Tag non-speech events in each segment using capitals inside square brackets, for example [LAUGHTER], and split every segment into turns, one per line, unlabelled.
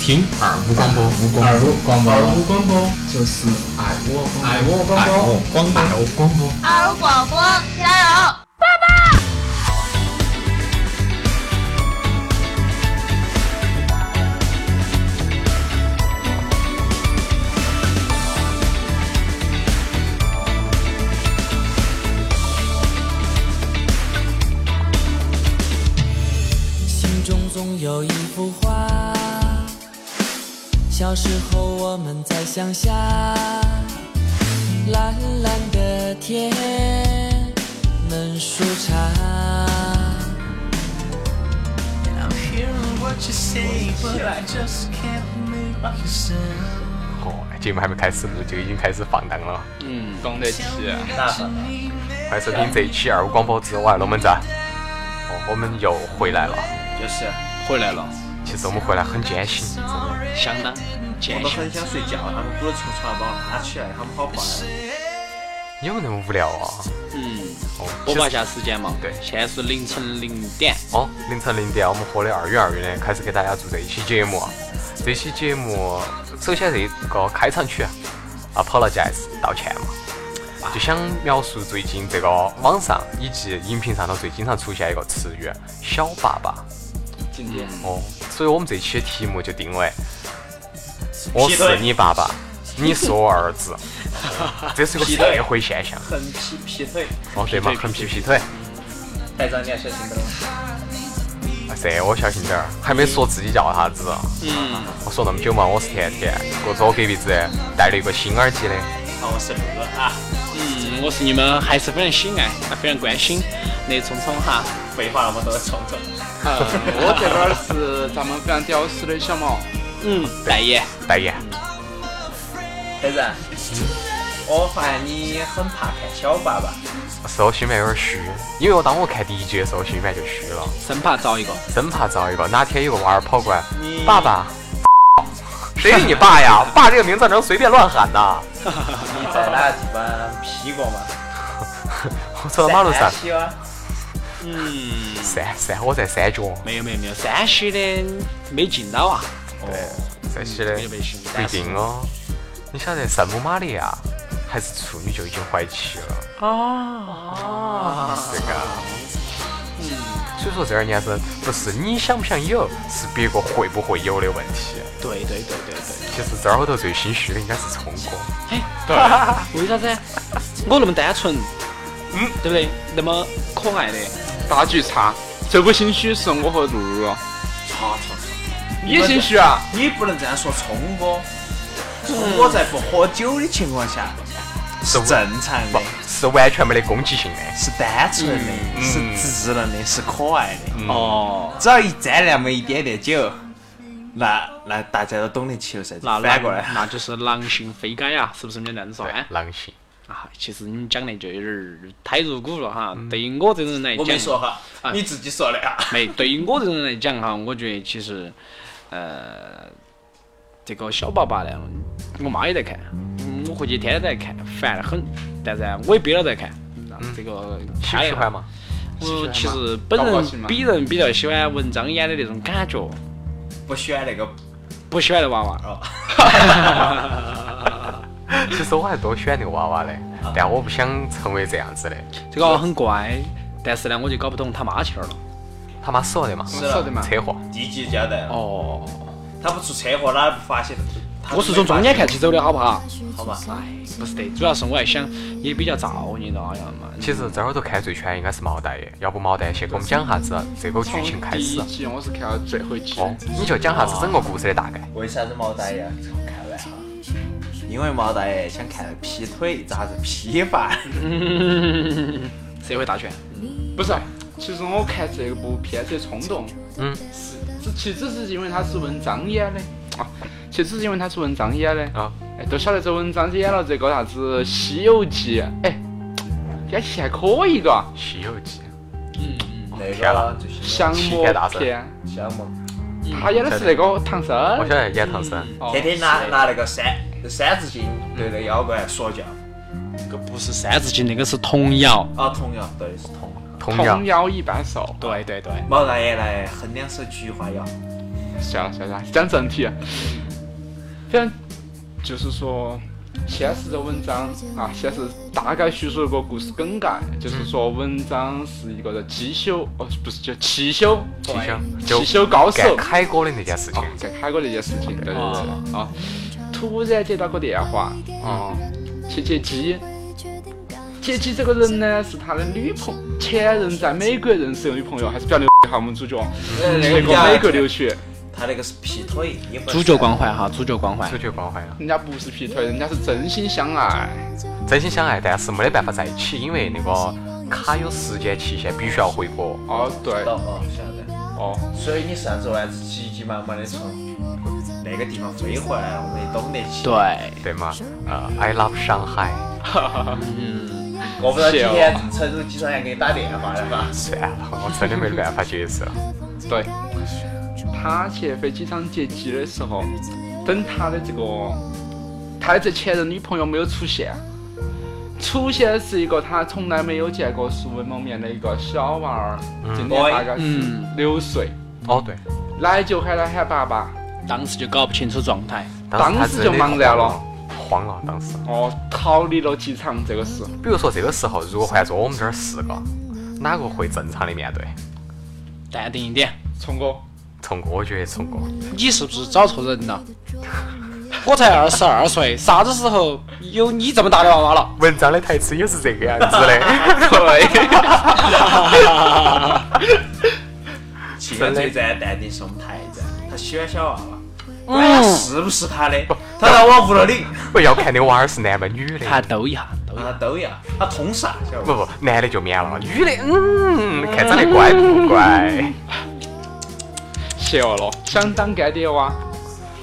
平耳无光波，
无光波，光
耳
波
无光波，
就是矮窝光
矮窝光
矮
波
窝，
光
哎
波，
窝光波。
二五广播加油！
心中总有一幅画，小时候我们在乡下，蓝蓝的田门树杈。I'm hearing what you say, but I just can't make a sound.
哦，节目还没开始录，就已经开始放荡了。
嗯，刚在起，
欢迎收听这一期二五广播之我爱龙门阵。哦，我们又回来了。
就是回来了，
其实我们回来很艰辛，真的。
相当艰
我都很想睡觉，他们鼓着床把我拉起来，他们好坏。
你们那么无聊啊？
嗯，
哦，
播
其
报一
实
下时间嘛，
对
现在是凌晨零点，
哦，凌晨零点，我们喝的二月二月的，开始给大家做这一期节目啊。这期节目，首先这个开场曲啊，apologize 道歉嘛，就想描述最近这个网上以及荧屏上头最经常出现一个词语“小爸爸”。
今天
嗯
哦，所以我们这期的题目就定为“我是你爸爸，你是我儿 [LAUGHS] 子”，这是一个社会现象。
横劈劈腿，
哦，对嘛，横劈劈腿，
台长你要小心点。
啊这我小心点儿，还没说自己叫啥子。啊
嗯，
我说那么久嘛，我是甜甜，过着我隔壁子戴了一个新耳机的。
好，我是六个啊。
嗯，我是你们啊还是非常喜爱，非常关心那聪聪哈。
废话那么多，冲冲。
呃，我这边儿是咱们非常屌丝的小毛，
嗯，代言，
代言，
台长，
嗯
我发现你很怕看小爸爸。
是我心里面有点虚，因为我当我看第一集的时候，我心里面就虚了，
生怕遭一个。
生怕遭一个哪天有个娃儿跑过来
你，
爸爸， [LAUGHS] 谁是你爸呀？爸这个名字能随便乱喊呐？
[LAUGHS] 你在哪个地方劈过吗？
[LAUGHS] 我走到马路上
山，西啊。
嗯，
山山，我在山脚，
没有没有没有，山西的没进到啊，
对，山西的
没有没进。
不一定哦。你晓得圣母玛利亚还是处女就已经怀妻了啊这个，所以说这二年生不是你想不想有，是别个会不会有的问题。
对对对对对。
其实这儿后头最心虚的应该是聪哥，
为啥子？我那么单纯，嗯，对不对？那么可爱的，
大局差。最不心虚是我和露露，
操操操！
你心虚啊？
你不能这样说聪哥，聪哥在不喝酒的情况下是正常的
不，是完全没得攻击性的。
是单纯的，
嗯
是稚嫩的，是可爱的。
哦，
只要一沾那么一点点酒，那那大家都懂得起了噻。
那
反过来，
那就是狼性非该啊，是不是？你这样说啊？
狼性，
啊，其实你讲的就有点儿太入骨了哈。对于我这种人来讲，
我没说哈
啊，
你自己说的啊。
[LAUGHS] 没，对于我这种人来讲哈，我觉得其实，呃，这个小爸爸呢，我妈也在看，嗯，我回去天天在看，烦得很。但是啊呢，我也憋了在看，嗯这个
喜不
看一
喜
下
欢。嘛？
我
喜
其
欢吗
实本
高高
人
兴吗
比人比较喜欢文章演的那种感觉，
不喜欢那个
不喜欢的娃
[LAUGHS]
娃。
哦，
其实我还多喜欢那个娃娃的，但我不想成为这样子的。
这个娃娃很乖，但是呢，我就搞不懂他妈去哪儿了。
他妈死了的嘛，
是
晓得嘛？
车祸。
第几交代了，
哦，
他不出车祸哪不发现？他
我是从中间看起走的，好不好？
好吧？
不是的，主要是我还想也比较燥，你知道嘛？
其实这会儿头看最全应该是毛大爷，要不毛大爷先给我们讲下子这个剧情
从
开
第
始
啊
一。集我是看到最后一集的，
哦，你就讲下子整个故事的大概。
为啥子毛大爷要重看完哈？因为毛大爷想看劈腿咋子劈法。
社会大全。
不是。啊其实我看这部片子的冲动，
嗯，
是只其实只是因为他是文章演的啊，其实只是因为他是文章演的
啊，
哎，都晓得这文章演了这个啥子《西游记》，哎，演戏还可以啊嘎，
《西游记
嗯
那
天
个
哪
就是
降魔
天嗯大圣嗯
篇，
小萌，
他演的是那个唐僧，》，
我晓得演唐僧，
哦
天天拿拿那个三三字经
嗯
对着妖怪说教。
这个不是三字经，那个是童谣。
啊，童谣对是童谣。
童谣
童谣一般受，
对对对，
毛大爷来哼两首菊花谣，
算了算了，讲正题。反正就是说，先是这文章啊，先是大概叙述了个故事梗概，就是说文章是一个人机修，哦，不是叫汽修，
汽修
汽修高手
干凯哥的那件事情
啊，，在开过那件事情，对对对，啊，突然接到个电话，啊，去接机，接机这个人呢是他的女朋前任在美国认识的女朋友，还是比较牛哈，我们主角
嗯
去过美国留学，
他那个是劈腿，也不
主角光环哈，主角光环
主。角关怀了，
人家不是劈腿，人家是真心相爱，
真心相爱，但是没得办法在一起，因为那个卡有时间期限，必须要回国。
哦对，
到哦，晓得。
哦，
所以你上周还是急急忙忙的从那个地方飞回来，我没懂得起。
对，
对吗？呃，I love 上海，
我不知道今天成都机场还给你打电话了吧？
算了，我真的没得办法接受。
对，他去飞机场接机的时候，等他的这个他的这前任女朋友没有出现，出现的是一个他从来没有见过素未谋面的一个小娃儿，
嗯
今年大概是
嗯
六岁，
哦，对，
来就喊他喊爸爸，
当时就搞不清楚状态。
当
当时就茫然了，
慌了。当时，
哦，逃离了机场，这个是
比如说这个时候，如果换做我们这儿四个，哪个会正常的面对？
淡定一点，
聪哥，
从哥，我觉得从哥，
你是不是找错人
[LAUGHS]
了？我才二十二岁，啥子时候有你这么大的娃娃了？
文章的台词也是这个样子的。
汽车最站淡定是我们台站，他啊喜欢小娃娃，管他是哎不是他的，他来往屋头领，
[LAUGHS] 我要看你娃儿是男的女
还
的，
兜一下，兜一
他
下。
啊都要，他通杀晓
不
得不？
不，男的就免了，女的，嗯，看长得乖不乖？
邪恶了，想当干爹哇，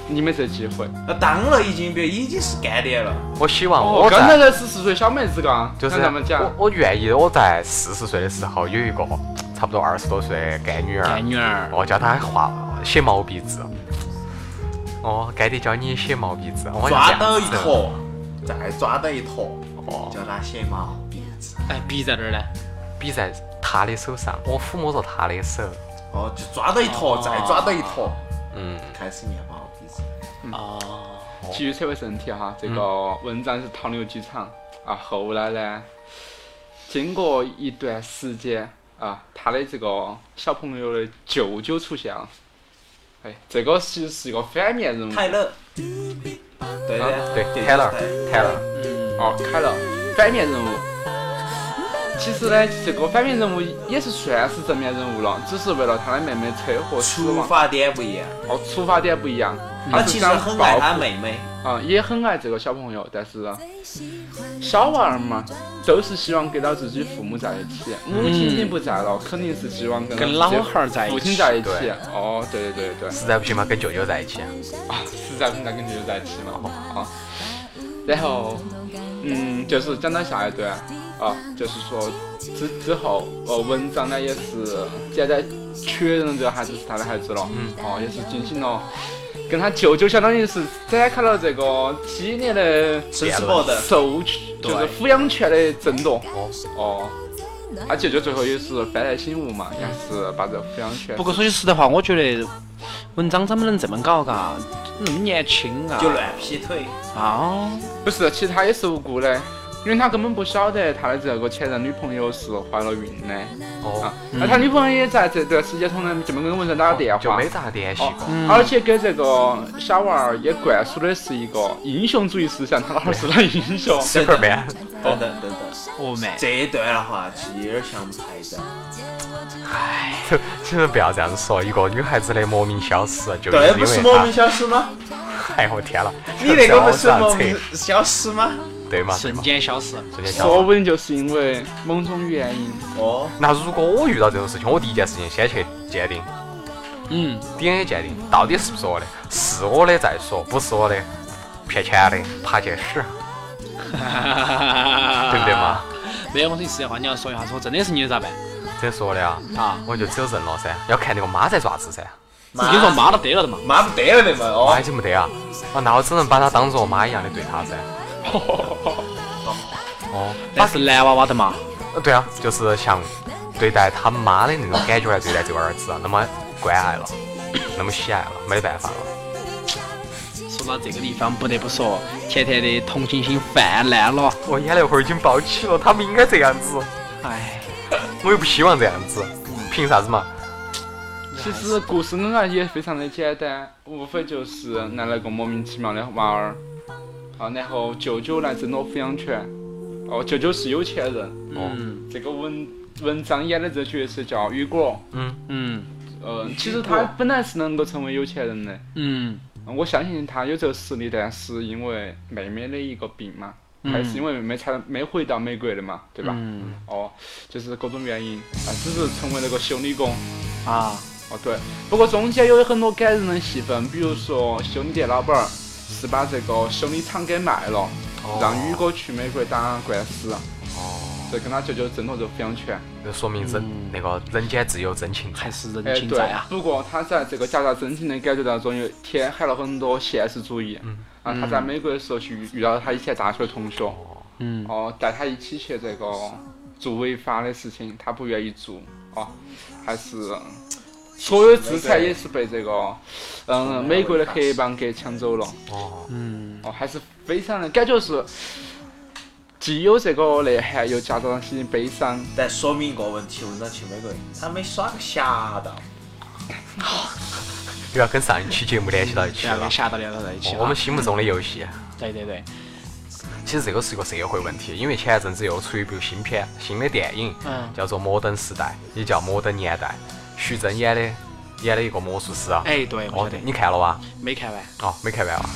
你们这机会，
那当了已经，别已经是干爹了。
我希望
哦
我，
刚
在
才那十四岁小妹子嘎，
就是
跟咱们讲，
我我愿意我在四十岁的时候有一个差不多二十多岁的干女儿，
干哎女儿
我教她画写毛笔字。哦，干爹教你写毛笔字，我要
抓
这样
到一
子
坨，再抓到一坨，
哦
叫他写毛笔字，
哎，笔在哪儿呢？
笔在他的手上，我抚摸着他的手，
哦，就抓到一坨，再抓到一坨，
嗯，
开始念毛笔字。
哦，
继续扯回正题哈，这个文章是唐牛机场啊，后来呢，经过一段时间啊，他的这个小朋友的舅舅出现了，哎，这个其实是一个反面人物
泰勒，对的，
嗯啊对
对
，Taylor
对
Taylor，
哦，凯勒，反面人物。其实呢，这个反面人物也是算是正面人物了，只是为了他的妹妹车祸死
出
亡，
发点不一样，
嗯
哦，出发点不一样，
他
是
其实
想
很
报
爱
复
他妹妹，
啊、也很爱这个小朋友，但是啊小娃儿嘛，都是希望跟到自己父母在一起。母亲已经不在了，肯定是希望跟
嗯跟
自己
老汉儿在一
父亲
起
在一起
对。
哦，对对对对对，
实在不行嘛，跟舅舅在一起。
啊，实在不能跟舅舅在一起嘛，啊。然后，嗯，就是讲到下一段啊，就是说之之后，呃，文章呢也是简单确认了这个孩子是他的孩子了，嗯，哦，也是进行了。跟他舅舅相当于是展开了这个激烈的
吃吃饱的，
授权就是抚养权的争夺。
哦
哦，他舅舅最后也是翻来新屋嘛，也是把这抚养权
不过说句实在话，我觉得文章怎么能这么搞嘎？那么年轻
嗯
啊！
就乱劈腿，
啊！
不是，其实他也是无辜的，因为他根本不晓得他的这个前任女朋友是怀了孕的
哦
啊，，而他女朋友也在这段时间从来就没跟文生打过电
就
话
哦没。咋联系
哦
过。
而且给这个小娃儿也灌输的是一个英雄主义思想，他老是当英雄。
Superman，
等等等等，
嗯
我妹，
这一段的话其实有点像我们台长，
其实不要 [LAUGHS] 这样子说，一个女孩子的莫名消失，就
对，
是
不是
因
莫名
为
消失吗？
她，哎呦我天了，
你那个不是
在我
莫
上
名
车
消失吗？
对吗？
瞬间消失。
瞬间消
说
失。
不定就是因为某种原因，
嗯
哦，
那如果我遇到这种事情，我第一件事情先去鉴定
嗯，
DNA 鉴定，到底是不是我的？是我的再说，不是我的，骗钱的，爬去屎，对
对
不对嘛？？
啊
啊
没有，我说句实在话，你要说一下，说真的是你的咋办？
这说的啊，
啊，
我就只有认了噻，要看那个妈在爪子噻，
自己说妈都得了的嘛。
妈不得了的嘛，
妈
哦
已，经没得啊，啊，那我只能把她当做我妈一样的对她噻。哦，
但是男娃娃的嘛，
呃对啊，就是像对待他妈的那种感觉来对待这个儿子啊，那么关爱了。那么喜爱了，没得办法了。
说到这个地方，不得不说甜甜的同情心泛滥了。
我眼泪会儿已经爆起了，他们应该这样子，
哎，
我又不希望这样子，凭啥子嘛？
其实故事呢也非常的简单，无非就是来了个莫名其妙的娃儿，啊，然后舅舅来争夺抚养权，哦，舅舅是有钱人，
哦
嗯
这个文文章演的这角色叫雨果，
嗯
呃，其实他本来是能够成为有钱人的，
嗯
我相信他有这个实力，但是因为妹妹的一个病嘛，
嗯
还是因为妹妹才没回到美国的嘛，对吧？
嗯
哦，就是各种原因啊，只是成为了个修理工。
啊，
哦，对，不过中间有很多感人的戏份，比如说修理店老板儿是把这个修理厂给卖了，
哦
让宇哥去美国打官司，
哦，
再跟他舅舅争夺这个抚养权。
这说明真、
嗯
那个人间自有真情在
还。是人
哎，
情
对
在啊，。
不过他在这个夹杂真情的感觉当中，又添含了很多现实主义。
嗯
啊，他在美国的时候去遇到了他以前大学同学，
嗯
哦，带他一起去这个做违法的事情，他不愿意做哦，还是所有资产也是被这个嗯美国的黑帮给抢走了
哦，
嗯，
哦，还是非常的感觉是既有这个内涵，又夹杂了些悲伤。
但说明一个问题，文章去美国，他没耍个侠盗，
又要跟上一期节目联系到一起
不要
了
跟。侠盗啊聊到在一
哦
起了。
哎啊我们心目中的游戏，啊
对对对，
其实这个是一个社会问题，因为前一阵子又出一部新片，新的电影，
嗯
叫做《摩登时代》，也叫《摩登年代》，徐峥演的，演了一个魔术师啊。
哎对，我
哦
晓，得，
你看了哇？
没看完。
哦，没看完啊。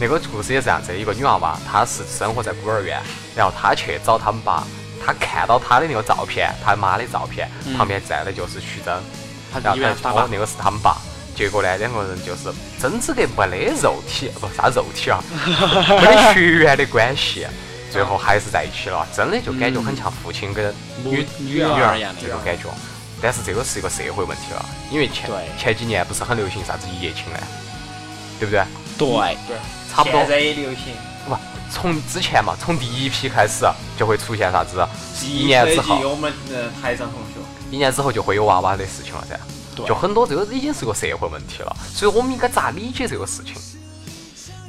那个故事也是这样子，一个女娃娃，她是生活在孤儿院，然后她去找她爸，她看到她的那个照片，她妈的照片，
嗯
旁边站的就是徐峥，
他
然后
是以为
她
他是嗯他
哦
爸，
那个是他们爸。结果呢，两个人就是真正的没得肉体，不啥肉体
[LAUGHS]
啊，没得血缘的关系，最后还是在一起了，真的就感觉很像父亲跟
母
女
女儿
儿
一样的
这种感觉。但是这个是一个社会问题了，因为前
对
前几年不是很流行啥子一夜情呢，对不对？
对，
差不多
现在也流行。
不，从之前嘛，从第一批开始就会出现啥子，一年之
第一
后，
我们呃的台长同学，
一年之后就会有娃娃的事情了噻。
对
就很多这个已经是个社会问题了，所以我们应该咋理解这个事情？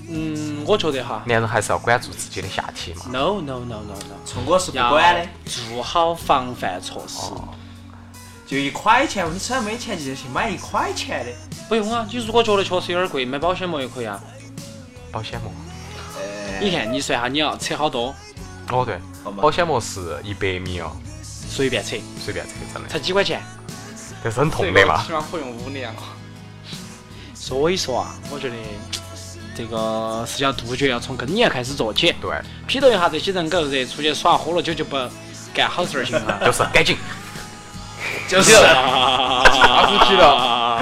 嗯，我觉得哈
男人还是要关注自己的下体嘛。
，no no no no no，
聪哥是不
要
管的，
做好防范措施。
就一块钱，你虽然没钱，就去买一块钱的。
不用啊，你如果觉得确实有点贵，买保险膜也可以啊。
保鲜膜，
你看，你算下你要扯好多，
哦对
呃好，嘛
保鲜膜是一百米哦，
随便扯，
随便这个真的，
才几块钱。
这是很痛
这
的
个
嘛
起。码会用五年了。
所以说啊，我觉得这个是要杜绝，要从根源开始做起。
对，
批斗一下这些人，狗日出去耍，喝了酒就不干好事儿行吗？
就是赶紧。
就是
啥
出去
[LAUGHS] 了？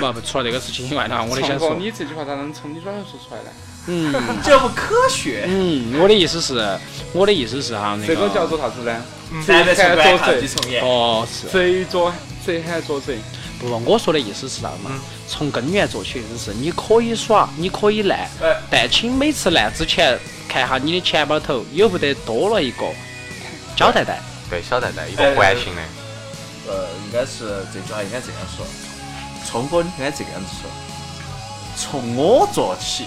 不不，除了这个事情以外呢，我的想
聪
说
哥，，你这句话咋能从你嘴里说出来呢？
嗯
这不科 [LAUGHS] 学，
嗯，我的意思是，我的意思是哈，那
这
个
个叫做啥子呢？
嗯
男的从
看作
官看
贼
去从严，
哦是，
贼作贼喊捉贼。
不不，我说的意思是啥子嘛？从根源做起，就是你可以耍，你可以烂，
哎
但请每次烂之前看一下你的钱包头有没得多了一个胶带带。
对，小蛋蛋一个环形的，
呃，应该是这句话应该这样说，聪哥你应该这个样子说，从我做起，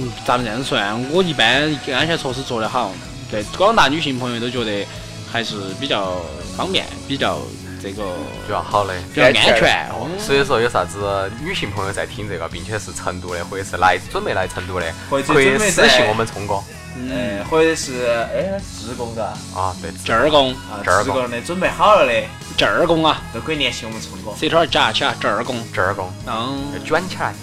嗯，咱们这样算，我一般安全措施做得好，对广大女性朋友都觉得还是比较方便，比较这个
比较好的。
比较安全。哦
所以说有啥子女性朋友在听这个，并且是成都的，或者是来准备来成都的，
或者
可以
准备
私信
在
我们聪哥
呃，或者是哎职工嘎，
啊，对，
劲儿工，
啊，
这儿
职工的准备好了的
劲儿工啊，
都可以联系我们聪哥。
这头儿夹起啊，劲儿工。
折儿弓，
嗯，
要卷起来，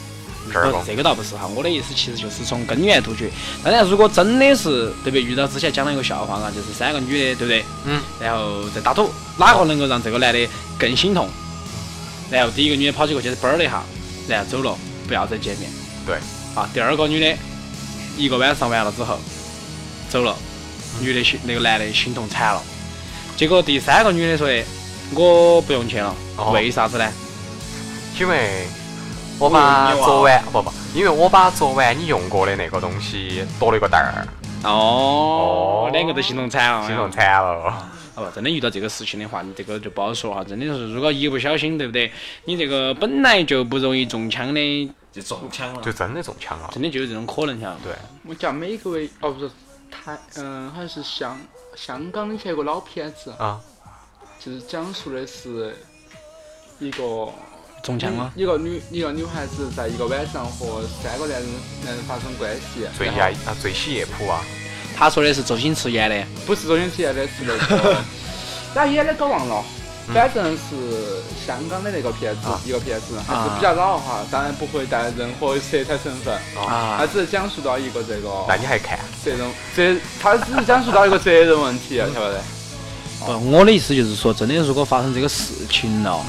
折儿弓
不，。这个倒不是哈，我的意思其实就是从根源杜绝。当然，如果真的是对不对，遇到之前讲了一个笑话啊，就是三个女的，对不对？
嗯。
然后再打赌，哪个能够让这个男的更心痛？然后第一个女的跑起过去，啵儿了一下，然后走了，不要再见面。
对。
啊，第二个女的，一个晚上完了之后，走了，
嗯
女的心那个男的心痛惨了。结果第三个女的说的，我不用去了，
哦
为啥子呢？
因为我把昨晚不不，因为我把昨晚你用过的那个东西多了一个袋儿，
哦
哦，
两个都心痛惨了，哎
心痛惨了。
好吧，真的遇到这个事情的话，你这个就不好说哈。真的是，如果一不小心，对不对？你这个本来就不容易中枪的，
就中枪了
就。真的中枪了。
真的就有这种可能，晓得吗？
对，
我讲每个位哦，不是台，嗯、好像是香香港以前有个老片子，
啊，
就是讲述的是一个
中枪了。
一个女一个女孩子在一个晚上和三个男人男人发生关系，
醉
然
呀啊，醉喜夜蒲啊，
他说的是周星驰演的，
后不是周星驰演的，是那 [LAUGHS] 个哪演的搞忘了。反正是香港的那个片子，一个片子还是比较老哈，当然不会带任何色彩成分，
啊
它只是讲述到一个这个
那你还看？
责任责，它只是讲述到一个责任问题，啊晓得不得？
不，我的意思就是说，真的，如果发生这个事情了，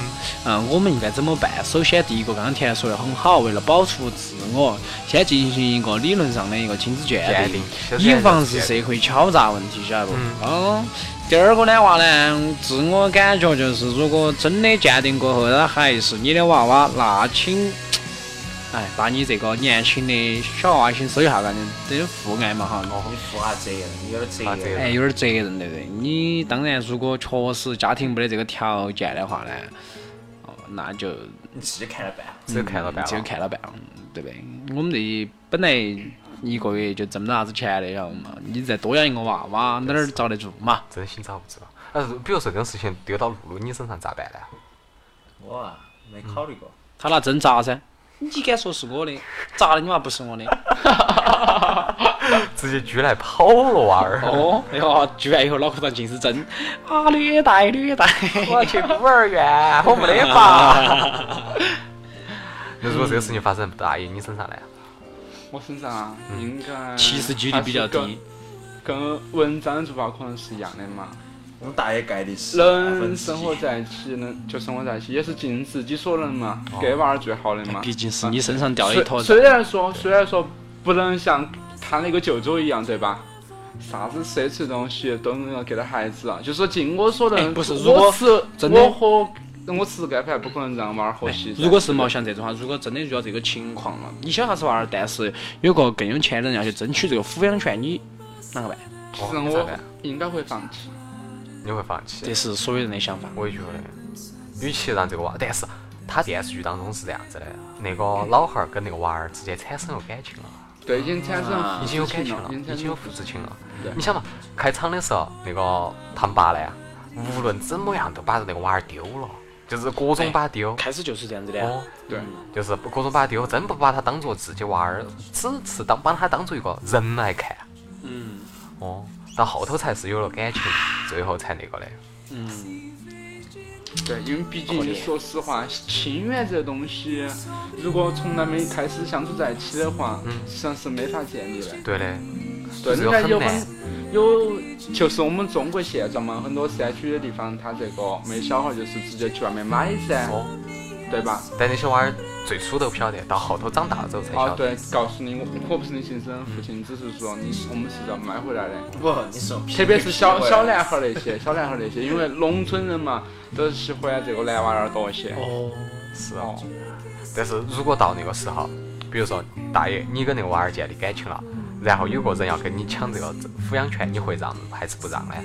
嗯，我们应该怎么办？首先，第一个，刚刚田说的很好，为了保护自我，先进行一个理论上的一个亲子鉴
鉴
定
定，
以防是社会敲诈问题，晓得不？
嗯
嗯。第二个的话呢，自我感觉就是，如果真的鉴定过后，他还是你的娃娃，那请，哎，把你这个年轻的小娃娃先收一下，感觉这父爱嘛哈。
你负下责任，你有点责
啊责任
任。
哎，有点责任，对不对？你当然，如果确实家庭没得这个条件的话呢，哦，那就
你自己看着办。
只有看到半
只有
了。
看老伴了，嗯对不对？我们这一本来一个月就挣不到啥子钱的，晓得嘛？你再多养一个娃娃，哪儿遭得住嘛？
真心找不知道。但是比如说这种事情丢到露露你身上咋办呢？
我啊，没考虑过。
他拿针扎噻，你敢说是我的？扎了你妈不是我 [LAUGHS] 的？
直接狙来跑了娃儿，
哦，哎呦，居然以后脑壳上尽是针啊！虐待虐待，
我要去孤儿院，我没得爸。那如果这个事情发生不大爷你身上呢？
我身上啊，应该
歧视几率比较低。
跟文章的做法可能是一样的嘛。
我们大爷概率是百分
能
之
生活
一
在一起，能就生活在一起，也是尽自己所能嘛，给娃儿最好的
[LAUGHS]
嘛。
毕竟是你身上掉了一坨 [LAUGHS]
虽
针
虽。然说，虽然说不能像他那个舅舅一样，对吧？啥子奢侈东西都能要给到孩子啊，就说尽我所
哎
能。
不是如果
我吃，
真的哎
我喝，我吃干饭不可能让娃儿喝稀饭。
如果是毛像这种哈，如果真的遇到这个情况了，你想啥子娃儿，但是有个更有钱的人要去争取这个抚养权，你啷个办？
其
哦
实
你咋
我
办？
应该会放弃。
你会放
这
弃？
是所有人的想法。
我也觉得，与其让这个娃，但是他电视剧当中是这样子的，那个老汉儿跟那个娃儿之间产生了感情了。
啊
对，已经产生了
已经有啊感情
了
了，，已
产
经
生
有
了
父子情了
对。
你想嘛，开场的时候那个他们爸呢，无论怎么样都把那个娃儿丢了，就是各种把他丢。
开始就是这样子的啊，
哦，
对，
就是各种把他丢，真不把他当做自己娃儿，只是当把他当做一个人来看。
嗯
哦，到后头才是有了感情，最后才那个的。
嗯，
对，因为毕竟说实话，情缘这东西，如果从来没开始相处在一起的话，
嗯
实际上是没法建立的。
对的，
对，
这
你
个
看
很嗯
有
难
很有，就是我们中国现状嘛，很多山区的地方，他这个没小孩就是直接去外面买噻，
哦。
对吧？
但那些娃儿最初都不晓得，到后头长大了之后才
啊，
晓得。
对，告诉你，我我不是你亲生父亲，只是说你我们是要买回来的。
嗯
不，你是用
特别是小小
男，
男孩儿那些，小男孩儿那些，因为农村人嘛，都喜欢这个男娃儿多一些。
是
哦，
但是如果到那个时候，比如说大爷，你跟那个娃儿建立感情了，然后有个人要跟你抢这个抚养权，你会让还是不让呢？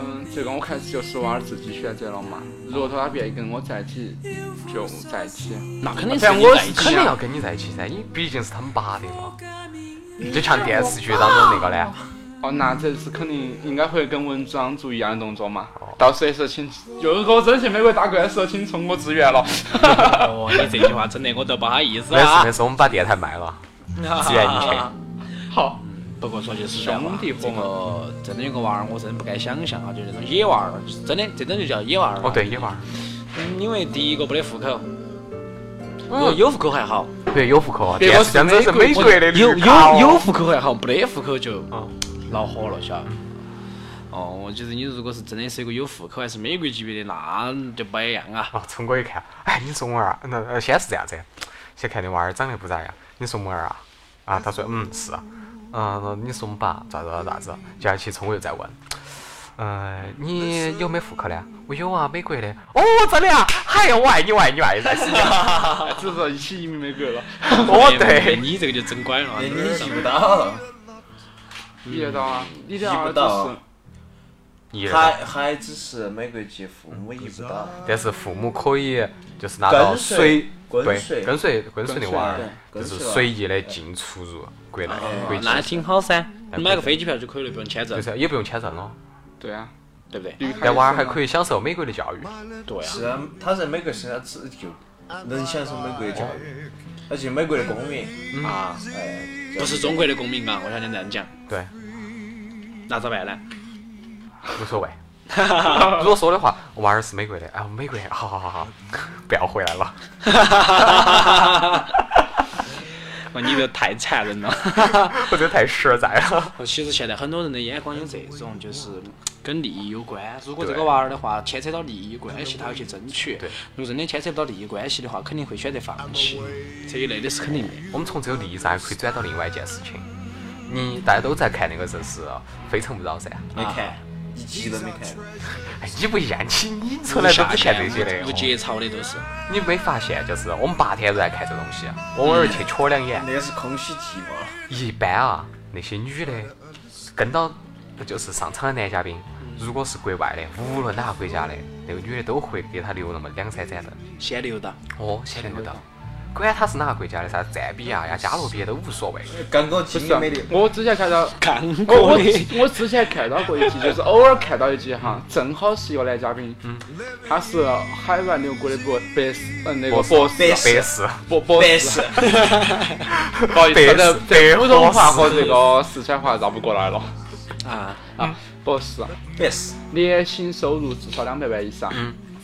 嗯，这个我看就是娃儿自己选择了嘛。如果说他愿意跟我在一起，就在一起。
那肯定是
反正
你
我
在一啊
是
起
肯定要跟你在一起噻，你毕竟是他们爸的嘛。就像电视剧当中那个呢，
哦，那这次肯定应该会跟文章做一样的动作嘛。
哦
到时候说请，又是我真去美国打官司了，请冲我支
[LAUGHS]
援了。
哦，你这句话真的我都不好意思
没事
啊
没。事，我们把电台卖了，支援你去。
好，
[LAUGHS] 不过说句实在话
兄，弟
这
伙嘛
个真的有个娃儿，我真的不敢想象啊，就那种野娃儿，真的这种就叫野娃儿啊。
哦，对，野娃儿，
嗯，因为第一个没得户口，如果有户口还好，
对有户口，啊
别
电
个
视真的是
是美
美
国
国的
有
绿卡
有有
哦。
户口还好，没得户口就
哦
恼火了，晓得吧？哦，我觉得你如果是真的是一个有户口还是美国级别的，那就不一样啊。
哦，聪哥一看，哎，你说我儿啊，那呃先是这样子，先看那娃儿长得不咋样，你说我儿啊，啊，他说嗯是，嗯、那你说我们爸咋子咋子，接下去聪哥又在问，嗯、你有没户口呢？我有啊，美国的。哦，真的啊，嗨呀，我爱你，我爱你，我爱你，爱死你了。
至少一起移民美国了，
哦，对，
你这个就真乖了啊。
你你记不到，嗯
你得到啊，你的
移
儿
不
子
到
是
一人，
孩孩子是每个月父母一不到，
但是父母可以就是拿到随
跟
对
随
跟随跟随的娃儿，就
跟
是
随对跟随
随意的进出入国内国际
啊那，还挺好噻，
哎
你买个飞机票就可以了，不用签证
就，是也不用签证了，
对啊，
对不对？
但娃儿还
以
可以享受美国的教育。
对啊，
是啊，他在美国生下子就能享受美国的教育，而且美国的公民
嗯
啊，哎，
不是中国的公民啊，我想你这样讲，
对，
那咋 [LAUGHS] 办呢？
无所谓。如果说的话，娃儿是美国的，啊，美国，好好好好，不要回来了。 [LAUGHS]
哇，你这太残忍了。
我觉得太实在了。
其实现在很多人的眼光有这种，就是跟利益有关。如果这
对
个娃儿的话牵扯到利益关系，他要去争取
对；
如果真的牵扯不到利益关系的话，肯定会选择放弃。这一类的是肯定的。
我们从这个例子还可以转到另外一件事情，你大家都在看那个就是《非诚勿扰》噻，
没
啊
看，一集都没看。
哎你不嫌弃，你从来都不看这些
无
的，哦
节操的都是。
你没发现就是我们白天都在看这东西，啊偶尔去瞧两眼，
那个是空虚寂寞，
一般啊那些女的跟到就是上场的男嘉宾，如果是国外的，无论哪个国家的，那个女的都会给他留那么两三盏灯。
先留到，
哦，先留到，管他是哪个国家的，啥赞比亚呀、加勒比都无所谓。
刚刚
不
经
是啊
历没得，，
我之前看到。
看
我
过
我
的，
我之前看到过一集，就是偶尔看到一集哈，正好是一个男嘉宾，
嗯
他是海外留过的博博士，嗯，那个博士
博
白事。
博博
白
士
是，，
[LAUGHS] 不好意思，
白
他的
白
普通话
博
和
士
这个四川话绕不过来了
啊，
啊。博士，
白是，
年薪收入至少两百万以上，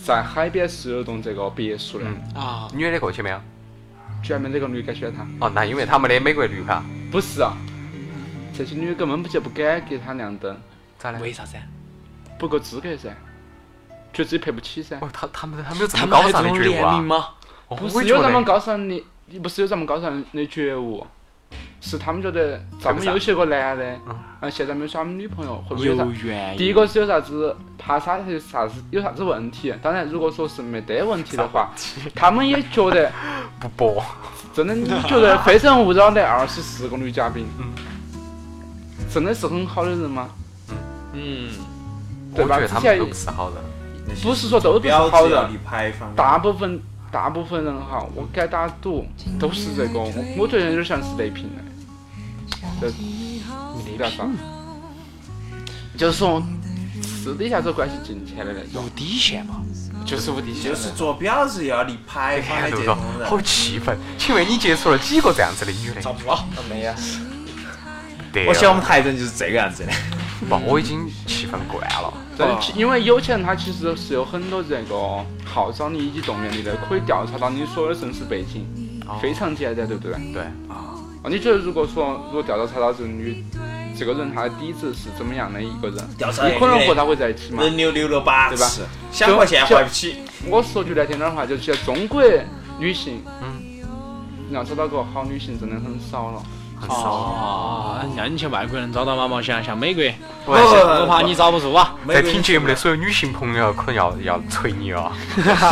在海边十六栋这个别墅的，
嗯
啊，
女的过去没有？
居然没这个女敢选他，
哦，那因为他们的美国绿卡，
不是啊，这些女根本就不敢给他亮灯，
咋了？
啊为啥噻？
不够资格噻，觉得自己配不起噻。
哦，他他们他们有这
他
么
们
高
还有这
尚的
种
觉悟
联
啊
名？吗？
哦
不
我
是
觉
有
得
咱们高尚的，不是有咱们高尚的觉悟，是他们觉得咱们优秀个男的
嗯，
啊，现在没有耍我们女朋友，会不会有啥
有？缘。
第一个是有啥子怕啥是啥子有啥子问题？当然，如果说是没得问题的话，他们也觉得
不播，
真的，你觉得《非诚勿扰》的二十四个女嘉宾，真的是很好的人吗？
嗯，
我
对吧
觉得他
之前
们都不是好人。
不是说都不是
标
好
志啊要
人
立，牌坊，
大部分大部分人哈，我敢打赌都是这个，我我觉得有点像是雷平的，这你得啥？啊就是说私底下走关系近前的那种，
有底线嘛？
就是无底线
就
的。
是做标志要立牌坊的
看
这
这
种
个
人，
[LAUGHS]
好气愤。请问你接触了几个这样子的女的？
不多，没有。
对
我想我
了，
们台人就是这个样子的，
不，我已经气愤惯了。
真的其因为有钱人他其实是有很多这个号召力以及动员力的，可以调查到你所有的身世背景，非常简单，对不对？
对，
啊，你觉得如果说如果调查到这个女，这个人她的底子是怎么样的一个人，
调查一个
你可能和她会在一起吗？
人流流了八次
对，
想换线换不起，
我说句难听点儿的话，就是现在中国女性，
嗯，
要找到个好女性真的很少了。
很少。
哦，那你去外国能找到吗？毛想像美国，
我在想
我怕你遭不住啊。
在听节目的所有女性朋友可能要 [LAUGHS] 要捶你啊！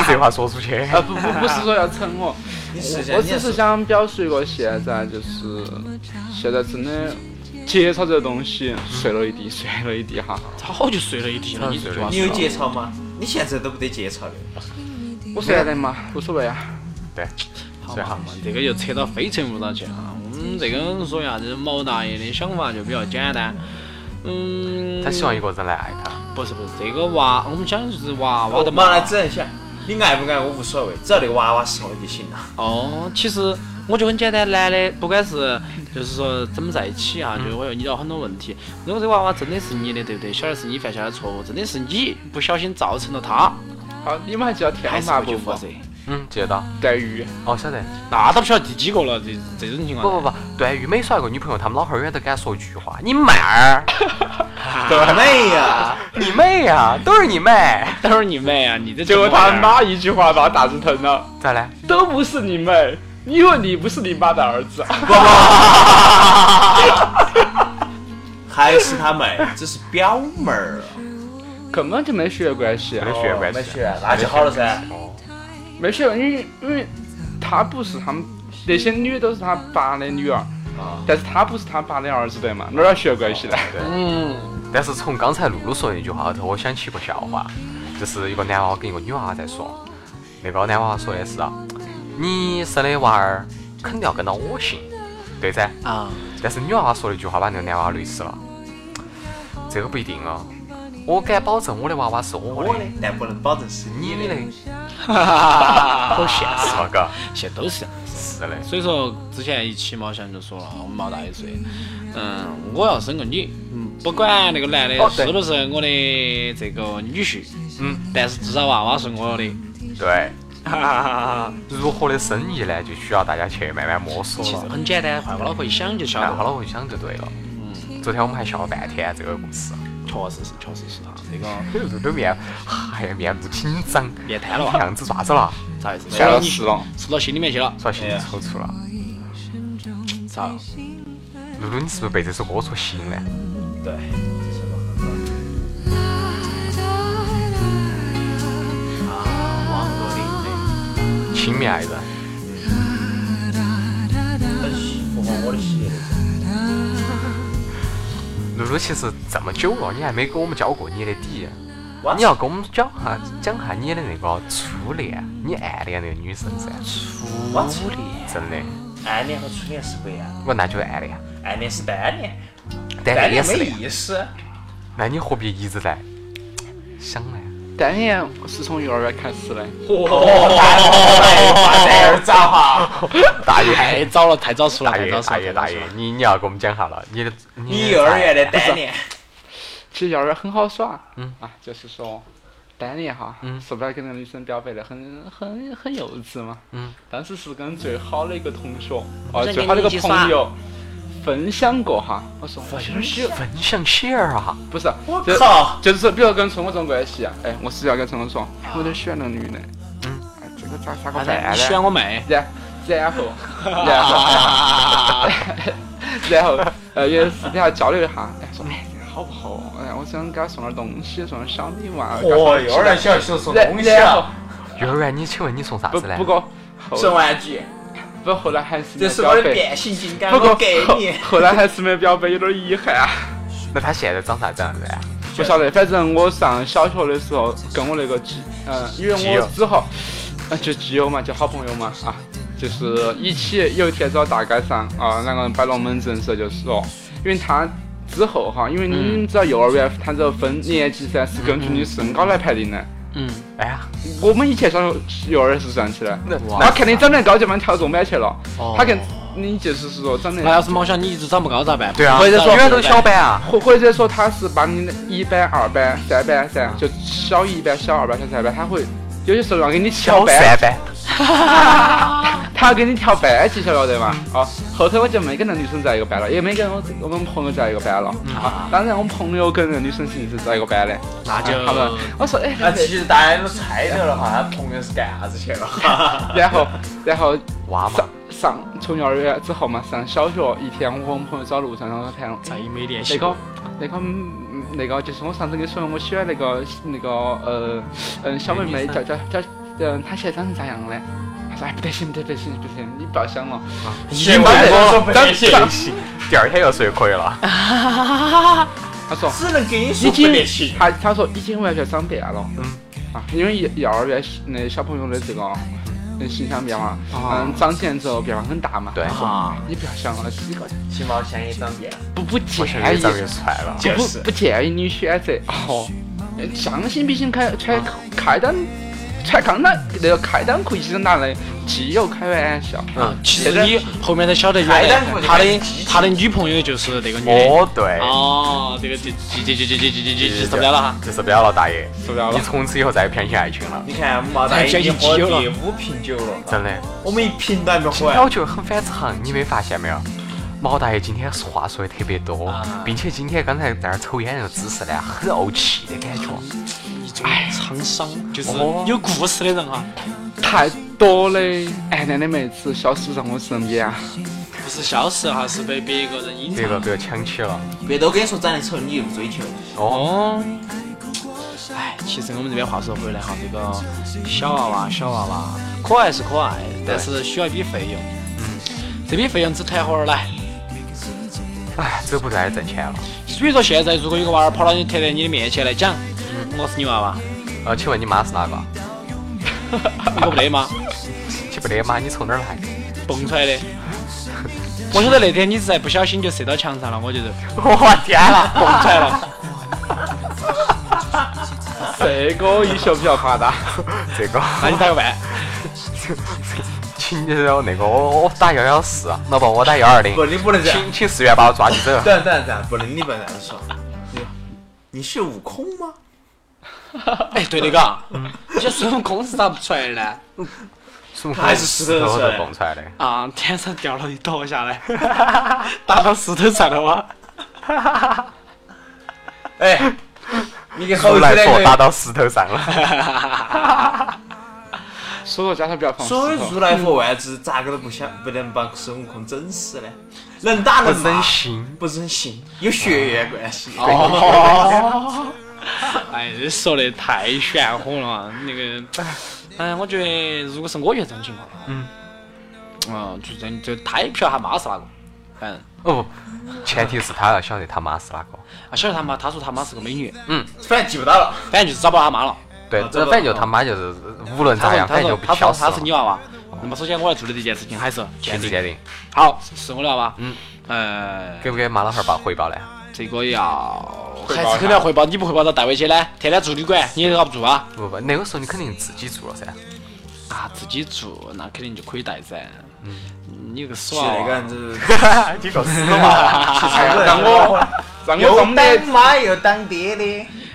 这话说出去，
啊，不不不是说要逞我，
你是
我我只是想表述一个现在就是现在真的节操这个东西碎了一地，碎了一地哈。
早就睡了一地了，你
早就
这
睡了
娃
一
你有节操吗？你现在都不得节操的，
我虽然的嘛，无所谓啊。
好
最好
嘛，这个又扯到非诚勿扰去了啊。我们这个说啥子毛大爷的想法就比较简单。嗯，
他希望一个人来爱他。
不是不是这个娃，我们讲的就是娃娃
我
的
的
嘛
妈来整一下，你爱不爱我无所谓，只要那个娃娃适合就行了。
哦，其实我就很简单，男的不管是就是说怎么在一起啊，
嗯
就是我要遇到很多问题。如果这娃娃真的是你的，对不对？晓得是你犯下的错误，真的是你不小心造成了他，
好，你们还记得天
还
安
是
门
会
不
去负责。
嗯，接到。
黛玉，
哦，晓得。
那都不晓得第几个了，这这种情
不
况。
不不，段誉每耍一个女朋友，他们老汉儿远都给他说一句话：“你妹啊儿，
妹呀，
你妹呀、都是你妹。 [LAUGHS]
等会儿你妹啊，你这
结果
怎么
他
玩儿
妈一句话把他打成疼了，”
咋嘞？
都不是你妹，因为你不是你妈的儿 [LAUGHS] 子。
还是他妹，只是表妹儿啊，
根本就没血缘关系，
没学没
没学，那就好了噻。
哦，
没血缘，因为因为她不是他们那些女的都是他爸的女儿，
啊。
但是他不是他爸的儿子辈嘛，哪儿学关系呢？
嗯，
但是从刚才露露说的那句话后头，我想起一个笑话，就是一个男娃娃跟一个女娃娃在说，那个男娃娃说的是啊，你生的娃儿肯定要跟到我姓，对噻？
啊，
但是女娃娃说了一句话，把那个男娃娃累死了。这个不一定哦，我敢保证我的娃娃是我的，
我的，但不能保证是
你
你
的
的。，
[LAUGHS] 好现实嘛，嘎。
现在都是这样。
是的，
所以说之前一期毛翔就说了，我们毛大一岁，嗯，我要生个女，嗯，不管那个男的
哦对
是不是我的这个女婿，
嗯，
但是至少娃娃是我的，
对。 [LAUGHS]
哈哈哈哈。
如何的生意呢？就需要大家去慢慢摸索
其实
了。
很简单，换个脑壳一想就晓
然
得
后
了。
老一想就对了。嗯，昨天我们还笑了半天这个故事，
确实是，确实是哈，这个
露露面，哎呀，面部紧张，
变瘫了
这
哇，
样子咋子了？
咋回事？
吓到
你
死了，
吃到心里面去了，
说心里抽搐了。
咋了？
露露，你是不是被这首歌所吸引了？
对，这是我很好啊
亲密爱人，
很符合哎我的喜悦。
露露其实这么久了，你还没给我们交过你的底。
哇
你要跟我们讲下讲下你的那个初恋，你暗恋那个女生噻？
我初恋，
真的，
暗恋和初恋是不一样的，
我那就是暗恋，
暗恋是单恋，
单
单
恋哎也
恋
是
没
的。
意思。
那你何必一直在想呢？
单恋是从幼儿园开始的，
哦，咋哈？
大爷，
太早了，太早熟了，
[LAUGHS] 大
太
爷，
早熟
大
了，
爷，
太
大
早熟
爷
了，。
你你要给我们讲下了，你的
你幼儿园的单恋，
其实幼儿园很好耍，
嗯
啊，就是说单恋哈，
嗯
受不了跟那个女生表白的，很很很幼稚嘛，
嗯，
当时是跟最好的一个同学，啊，
跟
最好的一个
你一起
朋友分享过哈，我说我就是
分享喜儿啊，
不是，
我
就是
靠！
就是说比如跟陈国忠关系，哎，我是要跟陈国忠，我就喜欢那个女的，
嗯
哎，这个咋咋个
他
办
在
呢？
你选我妹，
然然后，然后，然后，呃，也私底下交流一下，哎，说哎，这个好不好哦？哎，我想给他送点东西，送点小礼物啊。干嘛
哦，幼儿园小学生送
然
东西
然后
啊，
幼儿园，你请问你送啥
不
子呢？
不过
送
后
玩具，
不后来还是没
这
有
是我的
表白
变形金刚，
不过
我给
后
你。
后来还是没有表白，有点遗憾啊。
那他现在长啥子样子啊呢？
不晓得，反正我上小学的时候，跟我那个基，嗯，因为
基友
我之后，呃就基友嘛，就好朋友嘛，啊，就是一起有一天早大街上啊，两个人摆龙门阵时候就说，因为他之后哈，因为你
嗯
们知道幼儿园它这个分年级噻，是根据你身高来排定的。
嗯，
哎呀，
我们以前小学幼儿园是这样起的，
哇
他看你长得高就把你调重板去了
哦，
他看你就是说长得
那要是毛翔你一直长不高咋办？
对啊，
或者
永
说
远都是小班啊，
或或者说他是把你的一班、二班、三班噻，就小一班、小二班、小三班，他会有些时候要给你调
小
班，啊
三班，
他要给你调班级，晓得的嘛？啊，后头我就没跟那女生在一个班了，也没跟我我们朋友在一个班了。啊，当然我朋友跟那女生其实是在一个班的，
那就
啊他们我说哎，
[LAUGHS] 那其实大家都猜到了哈，他 [LAUGHS] 朋友是干啥子去了？
然后然后
娃嘛
上，上从幼儿园之后嘛，上小学一天，我和我们朋友走路上，然后谈了。
再也没联
那
系
个
过。
那个嗯那个就是我上次跟你说的，我喜欢那个那个呃嗯小妹妹叫叫叫嗯，她现在长成啥样嘞？她说哎不得行不得不得行不得行，你不要想了，
已经
完
摆
了
过了，
说不得行，
第二天又睡可以了。
她说
只能跟你
已
说不得
经
行。
她她说已经完全长变了，
嗯
啊，因为幼幼儿园那小朋友的这个嗯形象变化，嗯长起来之后变化很大嘛，
对，
啊，
你不要想了，这个
起毛香也长变了，
不不
我
建
现
哎
在越长
议，
越帅了。
就
不
是
不建议你选择哦，呃将心比心开穿开裆，穿刚裆那个开裆裤一直拿来基友开玩笑。
啊，其
现
实
在
你后面才晓得，原
开
来
裆裤就
他
开
的
始挤
他的女朋友就是那个女
哎
的。
哦，对，
哦，这个这这这这这这这这受不了了哈！
这受不了了，大爷，
受不了了
你从此以后再也不相信爱情了，
你看毛大
哎
已经
这已经
喝
急了
第五瓶酒了，
真的。哎
我们一瓶都还没喝完。
我觉得很反常，你没发现没有？毛大爷今天话说的特别多，
啊
并且今天刚才在那儿抽烟那个姿势呢，很怄气的感觉。
一种沧桑，就是
哦
有故事的人哈，
太多的暗恋的妹子消失在我身边啊！
不是消失哈，是被别个人隐
这个
藏。
被我抢起了。
别都跟你说长得丑，你又不追求。
哦，
哦，哎，其实我们这边话说回来哈，这个小娃娃，小娃娃嗯可爱是可爱，但是需要一笔费用，这笔费用只谈何而来？
哎，这不太挣钱了。
所以说现在如果有个娃儿跑到你贴在你的面前来讲，我是你娃娃，
呃，请问你妈是哪个？
我不得吗？
你不得妈，你从哪儿来？
蹦出来的。我觉得那天你是在不小心就射到墙上了，我觉得
[LAUGHS] 我天啊
蹦
啦！
出来了。
这个医学比较发 [LAUGHS] 达，
这个，
那你咋个办？
请你那个我我打幺幺四，老婆我打幺二零
不，，你不能这样。
请请四员把我抓起走。
等等等，不能，你不能这样说。你你是悟空吗？
哎，对的嘎，你说孙悟空是咋不出来的呢？
孙悟
[LAUGHS] 还
空
是石
头
头
都
出来的
蹦出来的，
啊，天上掉了一坨下来， [LAUGHS] 打到石头上了哇！
哎，你给猴
出
子
来
两
说
个
打到石头上了。 [LAUGHS]
所以说家长
[LAUGHS]
不要放石
所以
头。
如来佛万智咋个都不想不能把孙悟空整死呢？能打能
不
骂
忍，心
不忍心，有血缘关系。
哎，这说的太玄乎了，那个，嗯，我觉得如果是我遇到这种情况，嗯，哦，就真就他也不晓得他妈是哪个，反正
哦不，前提是他要晓得他妈是哪个。
啊，晓得他妈，他说他妈是个美女，
反正就打了，
反正就是找不到他妈了。
对，
啊
这
这
反正就
个
他妈就是无论
他
咋
说
样，
他
反正
说
就
他
被
说
敲死
他
了
是。你娃娃，那么首先我要做的第一件事情还是
坚定
鉴定，
坚定，
好，是是我的娃娃，
嗯，
呃，
给不给妈老汉儿报回报呢？
这个要
汇报
还
一下
是肯定要汇报，你不汇报到带回去呢？天天住旅馆，你也搞不住啊？
不不，那个时候你肯定自己住了噻。
啊，自己住那肯定就可以带噻。嗯，你有个
去
耍
那
娃
个
娃
人，就是
你个死娃！
让我让我
又
当
当
的
妈又当爹的，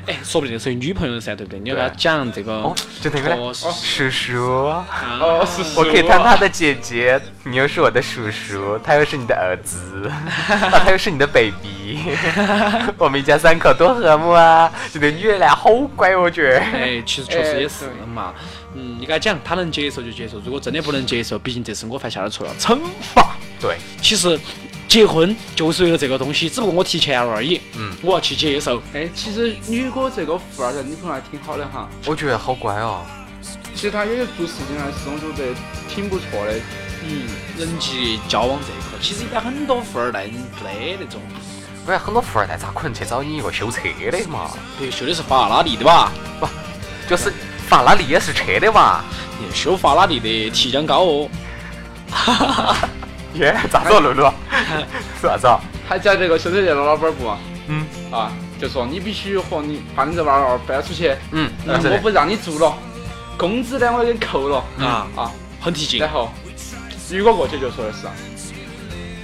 哎，说不定是有女朋友噻，对不对？你要跟他
对
讲这个，
哦，就那个
哦
嘞， [LAUGHS] 叔叔，
哦，是
我可以当
看
他的姐姐，你又是我的叔叔，他又是你的儿 [LAUGHS] 子，啊他又是你的 baby，我 [LAUGHS] 们一家三口多和睦啊！这个月亮好乖，我觉得。
哎，其实确实
哎
也是
对
嘛。嗯，你跟他讲，他能接受就接受，如果真的不能接受，毕竟这是我犯下的错，惩罚。
对，
其实结婚就是为了这个东西，只不过我提前了而已。
嗯，
我要去接受。
哎，其实如果这个富二代女朋友还挺好的哈，
我觉得好乖哦。
其实她也有做事情还是我觉得挺不错的。
嗯，人际交往这一块，其实一般很多富二代不得那种，
不然很多富二代咋可能去找你一个修车的嘛？
比如修的是法拉利的吧？
就是法拉利也是车的嘛？
你修法拉利的体检高哦。
耶，咋着露露？啊 [LAUGHS] 是啥子啊？
还加这个修车店的老板不？
嗯
啊，就说你必须和你把你这娃儿搬出去，
嗯，
嗯
真的。
我不让你住了，工资呢我给你扣了
啊
啊。
很提劲
然，后如果过去就说的是，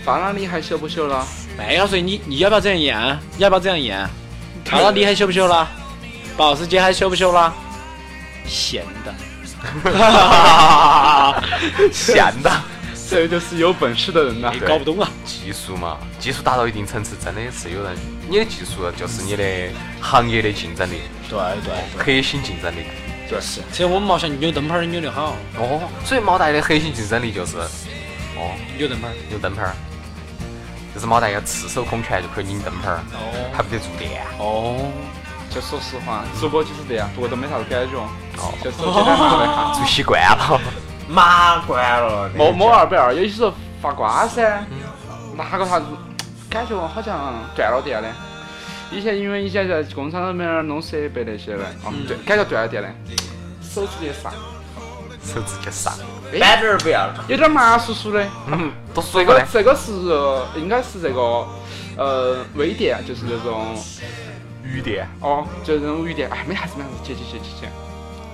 法拉利还修不修了？
哎呀，所以你你要不要这样演？啊你要不要这样演？法拉利还修不修了？保时捷还修不修了？闲的，
[LAUGHS] 闲的。
这就是有本事的人呐、
也搞不懂啊。
技术嘛，技术达到一定层次，真的是有人，你的技术就是你的行业的竞争力，
对对
核心竞争力。
对，是。所以我们毛像扭灯泡儿扭得好，
哦，所以毛蛋的核心竞争力就是，哦，
扭灯泡儿。
有灯泡儿，就是毛蛋要赤手空拳就可以拧灯泡儿，还不得触电。
哦，
就说实话，主播就是这样，不过都没啥子感觉，
哦，
就是简单的看。
做习惯了。 [LAUGHS]
妈关了。
摸摸二百二，有些时候发瓜噻，拿个啥子，感觉好像断了电的。以前因为以前在工厂里面弄设备那些的，啊，对，感觉断了电的，手指也上，
手指就上，
板凳儿不要了，
有点麻酥酥的。
[LAUGHS] 嗯，多说一
这
个
个
嘞，
这个是应该是这个呃微电，就是那种
雨电，
哦，就是那种微电，哎，没啥子没啥子，接接接接接。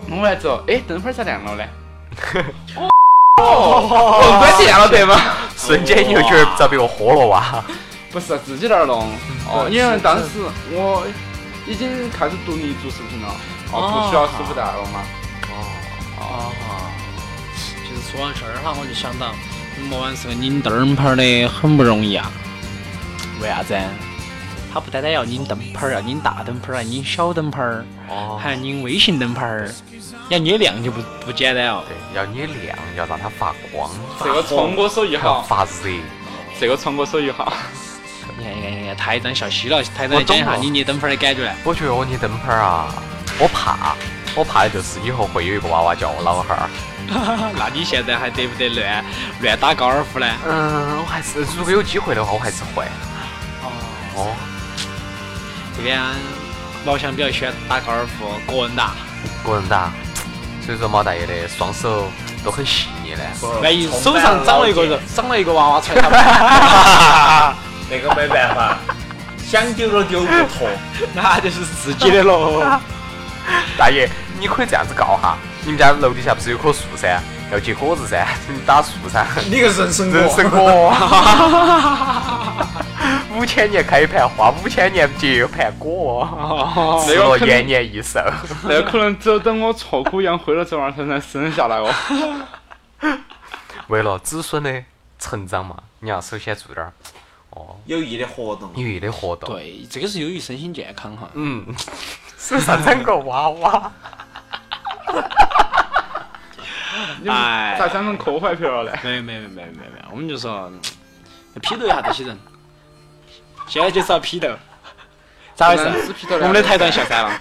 弄完之后，哎，灯泡儿咋亮了嘞？哦，哦，关电了对吗？
瞬间你就觉得不知道被我豁了哇！
不是自己在那儿弄，哦，因为当时我已经开始独立做视频了，哦，不需要师傅带了嘛。
哦，就是说到这儿哈，我就想到，莫凡是个拧灯泡儿的，很不容易啊。为啥子？啊他不单单要拧灯泡儿，要拧大啊灯泡儿，还拧小灯泡儿。
哦，
还要拧微型灯牌儿，要捏亮就不不简单哦。
[LAUGHS] 对，要捏亮，要让它发光，
这个聪哥手艺
[LAUGHS] 要
好，
发热。
这个聪哥手艺好，
你看，你看，你看，台长笑嘻了，台长
我
来讲一
懂了
下你捏灯牌儿的感觉来。
我觉得我捏灯泡儿啊，我怕，我怕的就是以后会有一个娃娃叫我老汉儿。
[LAUGHS] 那你现在还得不得乱乱打高尔夫呢？
嗯，我还是如果有机会的话，我还是会。哦，
这边老乡比较喜欢打高尔夫，个人打。
个人打，所以说毛大爷的双手都很细腻
[LAUGHS]
嘞。
万一手上长了一个人，长了一个娃娃踹他们，
那个没办法，想丢都丢不脱。
那就是自己的喽。
[LAUGHS] 大爷，你可以这样子告哈，你们家楼底下不是有棵树噻，要结果子噻，你打树噻，
你个人参
人参
果，
果， [LAUGHS] 五千年开一盘花，五千年结一盘果，
[LAUGHS] 哦
吃
那
了
个
[LAUGHS]
可
延
能，
年益寿。
那个可能只有等我错苦养会了这玩意儿，才能生下来哦。
为了子孙的成长嘛，你要首先做点儿哦
有益的活动。
有益的活动。
[LAUGHS] 对，这个是由于身心健康哈。
嗯， [LAUGHS] 手上长个娃娃，
你们
哎
咋想成科幻片了嘞？
没有没有没有没有没有，我们就说 [COUGHS] 嗯批斗一下这些 [LAUGHS] 人。现在就是要批斗，咋回事
不能只批斗？
[LAUGHS] 我
男的
们的台段下山了。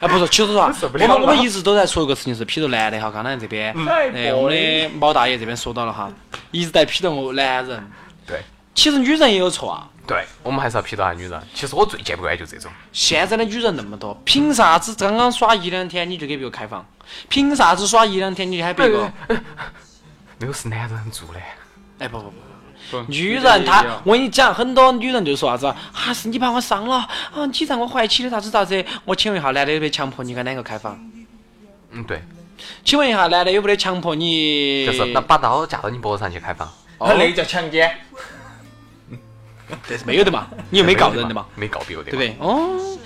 哎，不是，其实说啊，
受不
我
了嗯
们我们
了
一直都在说一个事情是批斗男的哈。刚才这边，
太
哎，我们的毛大爷这边说到了哈，一直在批斗我男人。
对
其实女人也有错啊。
对，我们还是要批斗下女人。其实我最见不惯就这种。
现在的女人那么多，凭啥子刚刚耍一两天你就给别个开房？凭啥子耍一两天你喊别个？
那个是男人做的，
哎，不不不，
不
女人她
也一样，
我跟你讲，很多女人就说啥子啊，啊是你把我伤了啊，你让我怀起的啥子啥子？我请问一下，男的有没得强迫你跟哪个开房？
嗯，对，
请问一下，男的有没得强迫你？
就是拿把刀架到你脖子上去开房，
他那个叫强奸。
没有的嘛，你又没告人的嘛，？
没告别个的
[LAUGHS] 对
嘛，
不对？哦，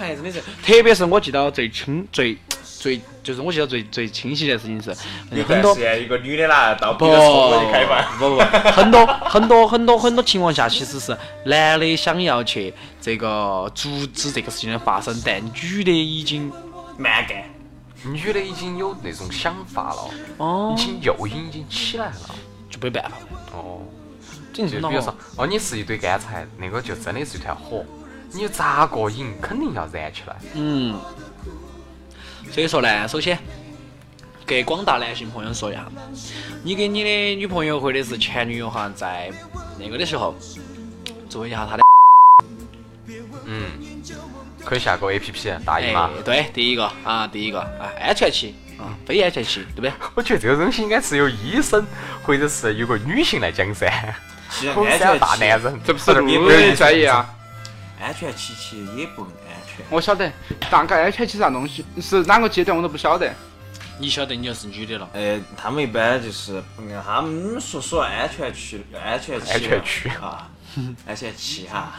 哎，真的是，特别是我记到最清最最就是我记到最最清晰的事情是，嗯
有
很
段
多
时间，一个女的啦，到
不
别个错过去开饭，
不不，很多很多很多很多情况下，其实是男的想要去这个阻止这个事情的发生，但女的已经
蛮干。
女的已经有那种想法了，
哦
已经诱因已经起来了。
就没办法了。
哦，
真
就
的
比如说，哦，你是一堆干柴，那个就真的是一团火，你咋个引，肯定要燃起来。
嗯，所以说呢，首先给广大男性朋友说一下，你跟你的女朋友或者是前女友哈，在那个的时候，注意一下她的。
嗯，可以下个 A P P 大姨
哎
妈。，
对，第一个啊，第一个啊，安全期啊，非安全期，对不对？
我觉得这个东西应该是由医生或者是有个女性来讲噻，
其实
不
安
是要
全
大男
期，
人。
这不是
你
路
不
人
是
专业啊！
安全期其实也不安全。
我晓得，大概安全期啥东西是哪个阶段我都不晓得。
你晓得你就是女的了。
呃，他们一般就是按他们所说安全区、安全期、
安全区
啊，安全期哈，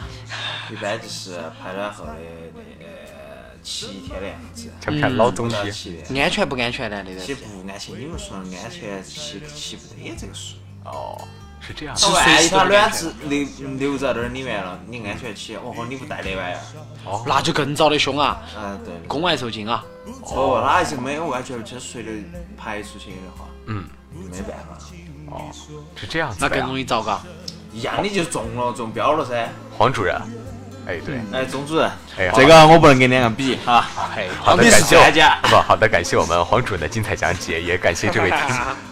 一般就是排卵后的那呃七天的样子，
看不看老
不
中
到
医？
七天。
安全不安全呢？那个
其实不安全，你们说的安全期期不得这个数。
哦，是这样。
万一他卵子留留在那儿里面了，你安全期，哦豁，你不带那玩意儿，
哦，
那就更遭的凶啊，
嗯，对。
宫外受精啊。
哦，他还是没有完全清随的排出去的话，
嗯，
没办法，
哦，是啊这样子
那
的
更
呀。
容易遭嘎。
一样的就中了，中标了噻。
黄主任，哎对，
哎，钟主任，
哎呀
这个我不能跟两个比哈，
哎，好的，
你
感
是
谢
专家
我，不，好的，感谢我们黄主任的精彩讲解，也感谢这 [LAUGHS] 位听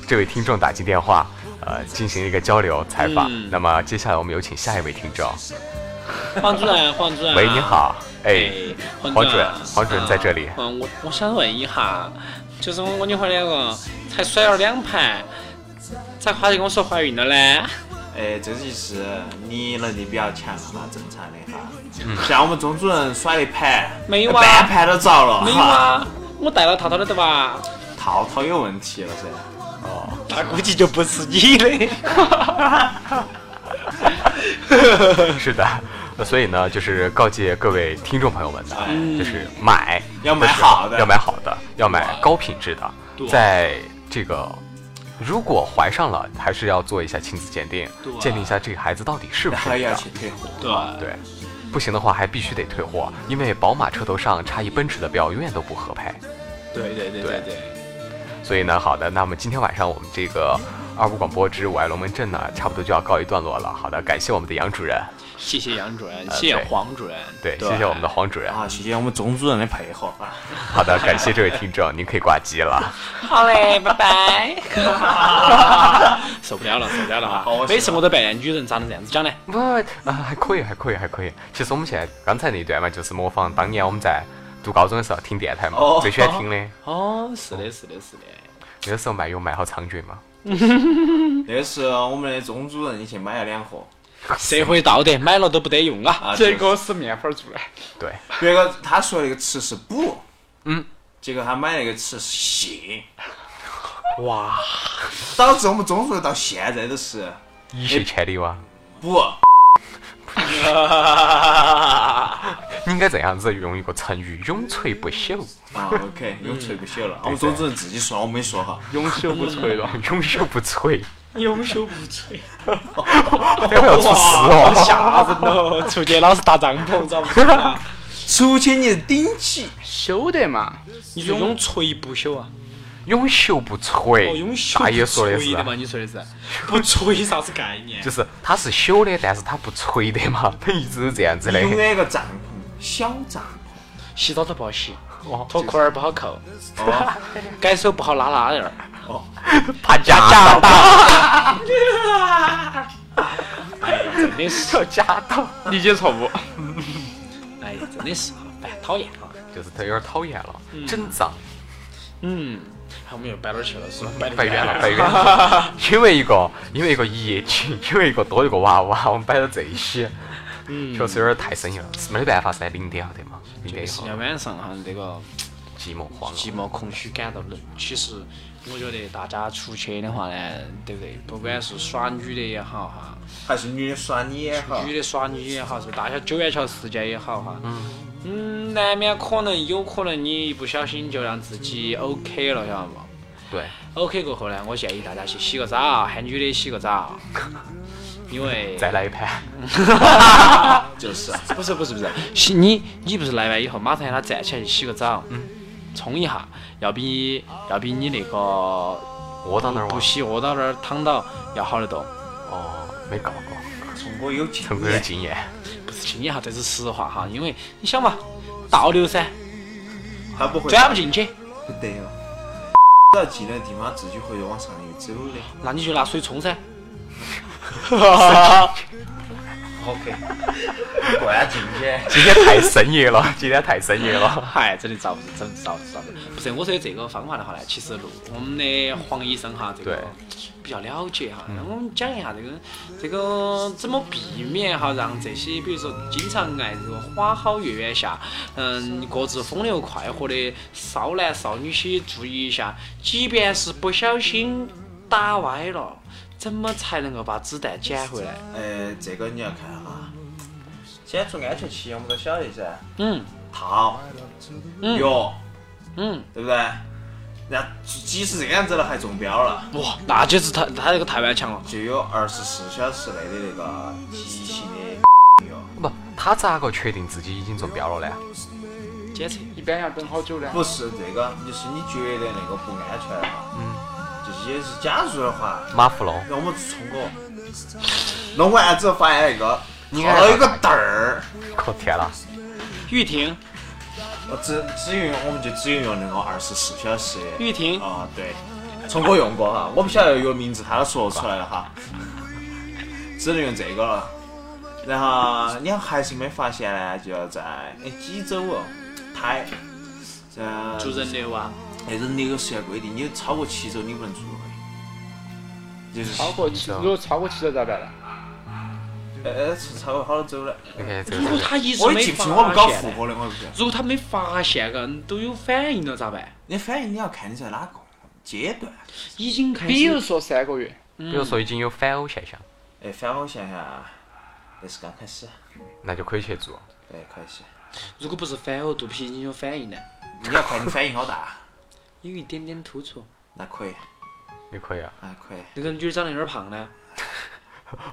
这位听众打进电话，呃，进行一个交流采访。
嗯
那么接下来我们有请下一位听众，
黄主任，黄主任啊
喂，你。好，哎，
黄
黄主任黄主任在这里
啊嗯，我我想问一下，就是我女朋友两个才甩了两盘，咋快就跟我说怀孕了呢？
哎，这就是你能力比较强哈，正常的哈。
嗯
像我们钟主任耍一盘，
没有啊
半盘都遭了，
没有
哈，
啊，我带了套套的对吧？
套套有问题了噻。
那估计就不是你的。
是的， [LAUGHS] 呃所以呢，就是告诫各位听众朋友们呢，就是买
要买
的时候
好的
嗯要买好的，要买高品质的，在这个。如果怀上了，还是要做一下亲子鉴定，鉴定一下这个孩子到底是不
然
是
后
你
要
的。
去退货，
对，
对，不行的话还必须得退货，因为宝马车头上插一奔驰的标永远都不合拍。
对对对
对
对。
所以呢，好的，那么今天晚上我们这个二部广播之我爱龙门阵呢，差不多就要告一段落了。好的，感谢我们的杨主任。
谢谢杨主任，谢谢
对
黄主任，
对，
对
谢谢我们的黄主任。
啊，谢谢我们钟主任的配合啊！
好的，感谢这位听众，您可以挂机了。
好嘞，拜拜。 [LAUGHS] 受不了了，受不了了
好我
哈！
喜欢
每次我都扮演女人，咋能这样子讲呢？
不不啊，还可以，还可以，还可以。其实我们现在刚才那一段嘛，就是模仿当年我们在读高中的时候听电台嘛，
哦
最喜欢听的。
哦，是的，是的，是的。
那个时候卖油卖好猖
[LAUGHS]
獗嘛。
那个是我们的钟主任以前买了两盒
社会道德，买了都不得用啊！
[LAUGHS] 啊，
结果是面粉儿做的，
对，
别个他说那个吃是补，
嗯，
结果他买那个吃是蟹，
哇，
导致我们钟主任到现在都是啊
以谢千里哇！
补。
你应该这样子用一个成语“永垂不朽
啊，OK，永垂不朽
嗯
了。我们钟主任自己说，我没说哈。
永久不垂了。”，
[LAUGHS] 永久不摧。
永久不
[LAUGHS]
垂。
待会要出事哦！
吓人喽！出去老是搭帐篷，咋不啊？
出去你顶起，
修得嘛，
你说永垂不朽啊？
永朽不
哦，永
摧，
朽
大爷
不
说的
垂
是
的嘛？
啊，
你说的是？不垂啥子概念
就？是它是朽的，但是它不摧的嘛，它一直是这样子的。
永远一个帐篷，小帐篷。
洗澡都不好洗
哦，
脱裤儿不好扣，
哦
改手不好拉拉链儿。
怕假到，
真的是，
假到，
理解错误。
哎呀，真的是，烦讨厌啊！
就是它有点讨厌了，真脏，
嗯，我们又摆哪儿去了？是吧？摆
摆远
[LAUGHS]
了，摆远了。因为一个，因为一个一夜情，因为一个多一个娃娃，我 [LAUGHS] 们摆到这一起，确实有点太生硬了，是没得办法噻，零点了得嘛，零点以
是
后
要晚上哈，这个
寂寞慌了。
寂寞、空虚感到冷。其实我觉得大家出去的话呢，对不对？不管是耍女的也好哈，
还是女的耍你也好，
女的耍女也好，是不是大小九元桥事件也好哈，嗯，难免可能有可能你一不小心就让自己 OK 了，晓得不？
对，
OK 过后呢，我建议大家去洗个澡，喊女的洗个澡，因为
再来一盘。
就是啊
不是不是不是洗你你不是来完以后马上让她站起来去洗个澡，冲一下，要比要比你那个
窝到那儿哇
不？洗窝到那儿躺到要好得多。
哦，没搞过，
从我有经
成哥有
验，
经验。
不是经验哈，这是实话哈，因为你想嘛，倒流噻，
他不会
转不进去，
不得哦了。只要进了地方，自己会往上游走的。
那你就拿水冲噻。
OK，灌进去。
今天太深夜了，今天太深夜了。
嗨，哎真的遭不真遭不遭不，不是我说的这个方法的话呢，其实路我们的黄医生哈，这个
对
比较了解哈，那我们讲一下这个这个怎么避免哈，让这些比如说经常爱这个花好月圆下，嗯，各自风流快活的少男少女些注意一下，即便是不小心打歪了，怎么才能够把子弹捡回来？
呃，这个你要看哈，先做安全期，我们都晓得噻。
嗯
套，
嗯
药，
嗯，
对不对？那即使这个样子了，还中标了。
哇，那就是他他这个太顽强了。
就有二十四小时内的那个急性的哟，
不，他咋个确定自己已经中标了呢？
检测，
一般要等好久呢？
不是这个，就是你觉得那个不安全的话，嗯，就是也是假如的话，
马富龙，
那我们冲过，弄完之后发现那个
你
套
看
了一个袋儿，
我天啦！
玉婷，
我只只用我们就只用用那个二十四小时的
玉婷。
啊，对，从我用过哈，我不晓得药名字，他都说出来了哈，只能用这个了。然后你还是没发现呢，就要在哎几周哦，胎，呃，
做人流啊，
哎人流有时间规定，你超过七周你不能做了，就是
超过七，如果超过七周咋办呢？
呃呃是超过好多周了，
你看哎这
如
个
果，他一直
我也
没
记不
发
清我们搞复
现呢，
合的，我也不晓得。
如果他没发现，个都有反应了咋办？
你反正你要看你在哪个阶段，
已经开始，
比如说三个月，
比如说已经有反呕现象，
哎，反偶现象，那是刚开始，
那就可以去做。
对，开始，
如果不是反呕，肚皮已经有反应了，
你要看你反应好大，啊
[LAUGHS]
有一点点突出。
那可以。
也可以啊，
啊，可以。
那个女的长得有点胖呢，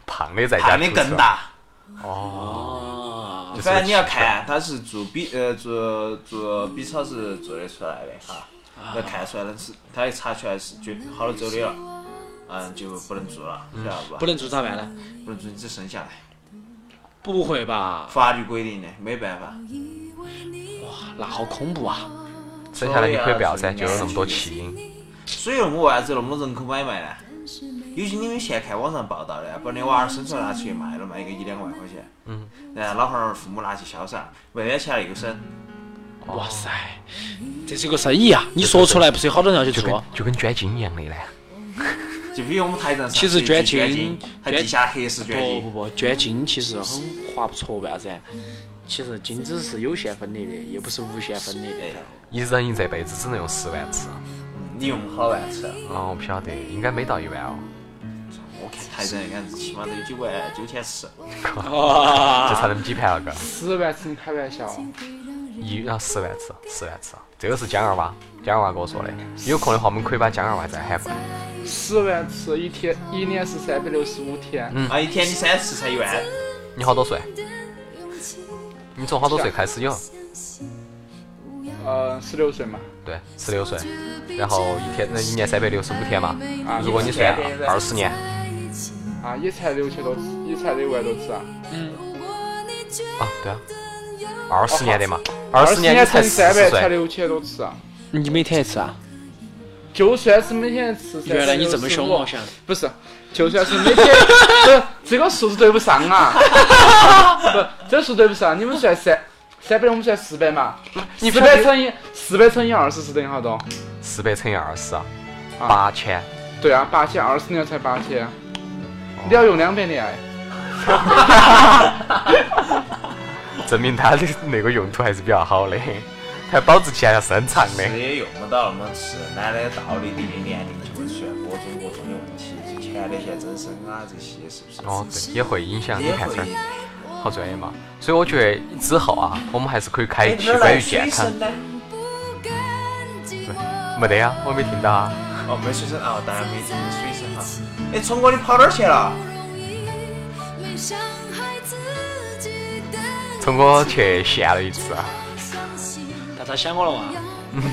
胖的在家
看的
出
更
事。
大，
哦，
就是啊
反正你要看，他是做 B 呃做做 B 超是做得出来的哈，
啊
要看出来的是，他一查出来是绝好多周的了，啊嗯，就不能做了，晓得吧？
不能做咋办呢？
不能做，你只剩下来。
不会吧？
法律规定的，没办法。
那好恐怖啊！
生下来你可以不要噻，就有那么多弃婴。
所以我为啥子那么多人口买卖呢？尤其你们现在看网上报道的，把你娃儿生出来拿出去卖了，卖个一两万块钱，
嗯，
然后老汉儿父母拿去销售，卖完钱了又生，
哇塞，这是个生意啊！你说出来，不是有好多人要去
就跟
做？
就跟捐精一样的嘞。
就比我们台上
其实
捐
捐
精
精，
还
捐
地下黑市捐
不不
精，
不，捐精其实很划不着，为啥子啊？其实精子是有限分离的，也不是无限分离
哎
的。，
一人一这辈子只能用十万次，
你用好万次，
哦，我不晓得，应该没到一万哦，
我看台上应该是起码都有九万九千四，
啊
就差那么几盘了个，
十万次你开玩笑，啊
一啊十万次，十万次，这个是江二娃，江二娃跟我说的，有空的话我们可以把江二娃再喊过来，
十万次一天一年是三百六十五天，
嗯
啊，一天你三次才一万，
你好多岁？你从好多岁开始有？
呃，十六岁嘛，
对，十六岁，然后一天那一年三百六十五天嘛，
啊，
如果你算二十年
啊也才六千多次，也才六万多次啊，
啊，对啊，二十年的嘛，二
哦二
十
十
年你才
乘以
四
三
十
百才
岁，
六千多次啊，
你每天一次啊？
就算是每天吃，
原来你这么凶，我想。
不是，就算是每天，不是这个数字对不上啊，不，这个数对不上，你们算三三百，我们算四百嘛，
你
四百乘以四百乘以二十是等于好多？
四百乘以二十，
啊
八千。
对啊，八千，二十年才八千，你要用两百年，
证明它的那个用途还是比较好的， [LAUGHS] 它保质期还要伸长的。
吃也用不到那么吃，男的到了一定的年龄就会出现各种各种的问题，之前的现在增生啊这些是不是？
哦，对，也会影响。你
也
看
会
这儿，好专业嘛。所以我觉得之后啊，我们还是可以
哎
开一期关于健康。
呢？
没得呀，我没听到啊。
哦，没水声啊，当然没听水声哈。哎，聪哥，你跑哪儿去了？
聪哥去献了一次啊，
大家想我了嘛？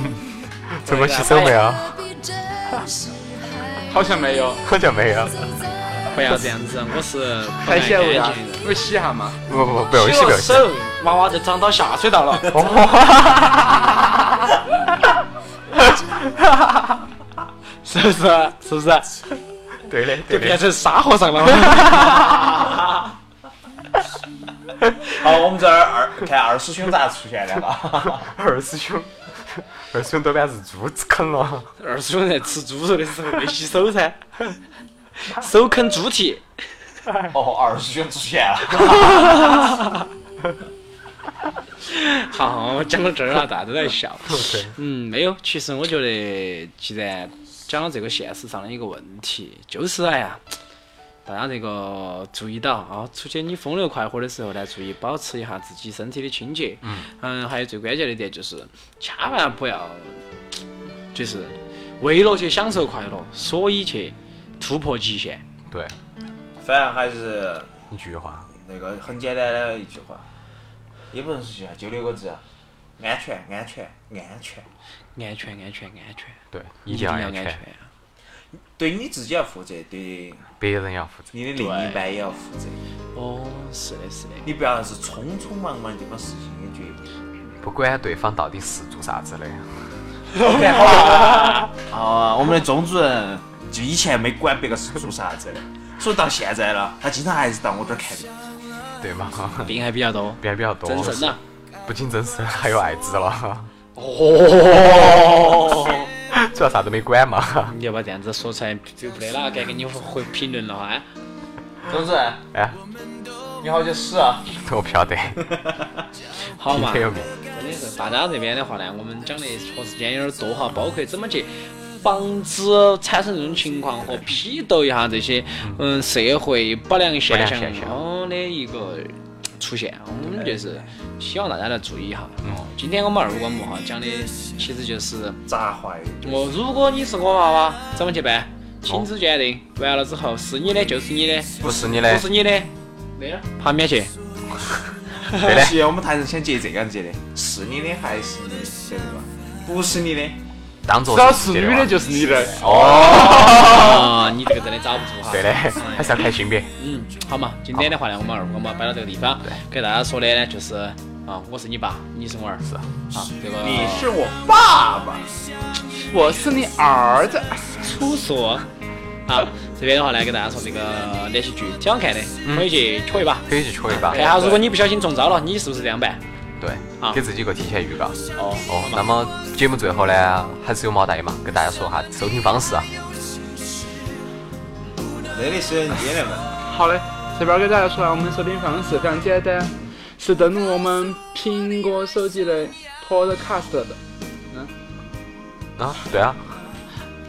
聪哥洗手没有？
好像没有，
好像没有。
不要这样子，我是不
太
爱
显
干
微啊
净的，
我洗一下嘛，
不不不，不用洗，不用洗。
手，娃娃就长到下水道了。是不是？是不是？
对的，
就
对
变
的。
成沙和尚了。
好，我们这儿二看二师兄咋出现的哈。
二师兄， [LAUGHS] 二师兄多半是猪子啃了。
二师兄在吃猪肉的时候没洗手 [LAUGHS] 噻，手啃猪蹄。
哦，二师兄出现了。
好，我讲到这儿了，大家都
[LAUGHS]
在笑。
对，
嗯，没有。其实我觉得，既然讲到这个现实上的一个问题，就是哎呀，大家这个注意到啊，出去你风流快活的时候呢，注意保持一下自己身体的清洁。嗯。还有最关键的一点就是，千万不要，就是为了去享受快乐，所以去突破极限。
对，
反正还是
一句话，
那个很简单的一句话，也不能是句话，就六个字：安全，安全，安全。
安全，安全，安全，
对，
一
一定
定
要安
要安全
全，。
对你自己要负责，对
别人要负责。
你的另一半也要负责。
哦，是的，是的。
你不要是匆匆忙忙就把事情给决定。
不管对方到底是做啥子的，
啊，我们的钟主任就以前没管别个是做啥子的，所以到现在了，他经常还是到我这儿看病。
对嘛，
病还比较多，
[LAUGHS] 变比较多，
真啊神呐、
不仅真是还有艾滋了，
哦。
[LAUGHS] 主要啥都没管嘛。
[LAUGHS] 你要把这样子说出来就不得了，该给你回评论了哈。哎
钟主任，
哎，
你好去死啊！
我不晓得，
好
听
[LAUGHS] 嘛，
天
真
由命。
的是大家这边的话呢，我们讲的确实间有点多哈，包括怎么去防止产生这种情况和批斗一下这些嗯社会不良
不
现
良现
象
象
哦的一个出现，我们就是希望大家来注意一下。
嗯
哦，今天我们二瓜木哈讲的其实就是。
砸坏的。
我如果你是我娃娃，怎么去办？亲子鉴定完了之后，是你的就是你的，
不是你
不
的，
是你的，那样哎旁边去。
对的
其实我们台上想接这个样接的，是你的还是你的，对吧？不是你的，
当做
只要是女的就是你的，
哦啊，你这个真的遭不住哈。
哦对的，还是要看性别。
嗯，好嘛，今天的话呢，我们二我们摆到这个地方，给大家说的呢就是啊，我是你爸，你是我儿子，啊，这个
你是我爸爸，
我是你儿子。
楚说啊，这边的话呢，给大家说这个连续剧挺好看的，可以去瞧一把，
可以去戳一把
看，下如果你不小心中招了，你是不是这样办？啊
对，给自己一个提前预告。
哦，
哦，那么节目最后呢，还是有毛大爷嘛，跟大家说下收听方式啊。
没得私人接的嘛。
好嘞，这边给大家说下我们的收听方式，非常简单，是登录我们苹果手机的 Podcast 的
啊，对啊，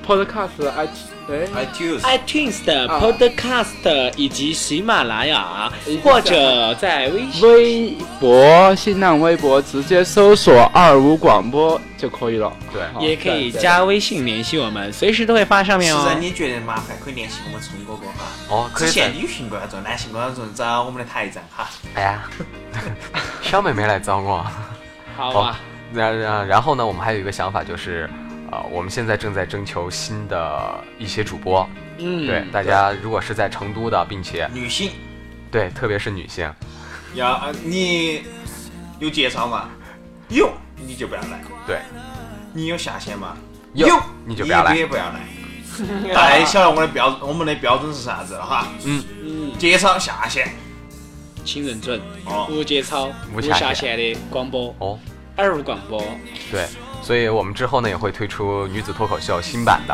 Podcast i t 哎
iTunes，
iTunes 的
啊
Podcast 以及喜马拉雅
以及，
或者在微信。
微博、新浪微博直接搜索“二五广播”就可以了。
对
好
也可以加微信联系我们，随时都会发上面
实在
哦。
你觉得麻烦，可以联系我们聪哥哥哈。
哦，可
之
以在
前。女性观众、男性观众找我们的台长哈。
哎呀， [LAUGHS] 小妹妹来找我啊。
好啊，
然呃然然后呢，我们还有一个想法就是，呃，我们现在正在征求新的一些主播，
嗯，
对大家如果是在成都的，并且
女性
对，特别是女性，
要呃你有介绍吗？有，你就不要来。
对，
你有下线吗？
有
有，
你就不要来
你也不要来。大家也晓得我们的标，我们的标准是啥子了哈？
嗯，
介绍下线
请认准
嗯
哦，
无节操、
无
无
下
下限的广播，
哦，
二五广播，
对，所以我们之后呢也会推出女子脱口秀新版的，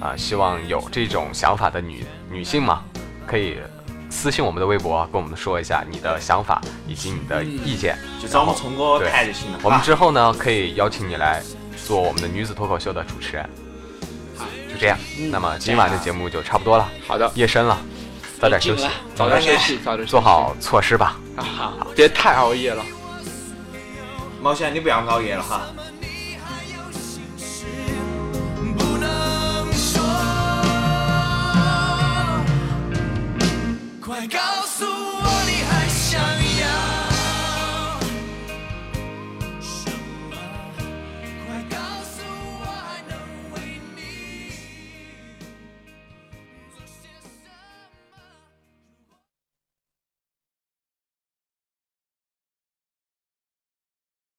啊、希望有这种想法的女女性嘛，可以私信我们的微博，跟我们说一下你的想法以及你的意见。
就找我们聪哥
对
谈就行了。
我们
哈
之后呢可以邀请你来做我们的女子脱口秀的主持人。就这样，那么今晚的节目就差不多了，
嗯好的，
夜深了，早点休息
进了，
早点休息，早点休息
做好措施吧。
啊好，
别太熬夜了。
毛先生，你不要熬夜了哈。
不能说。快告诉我。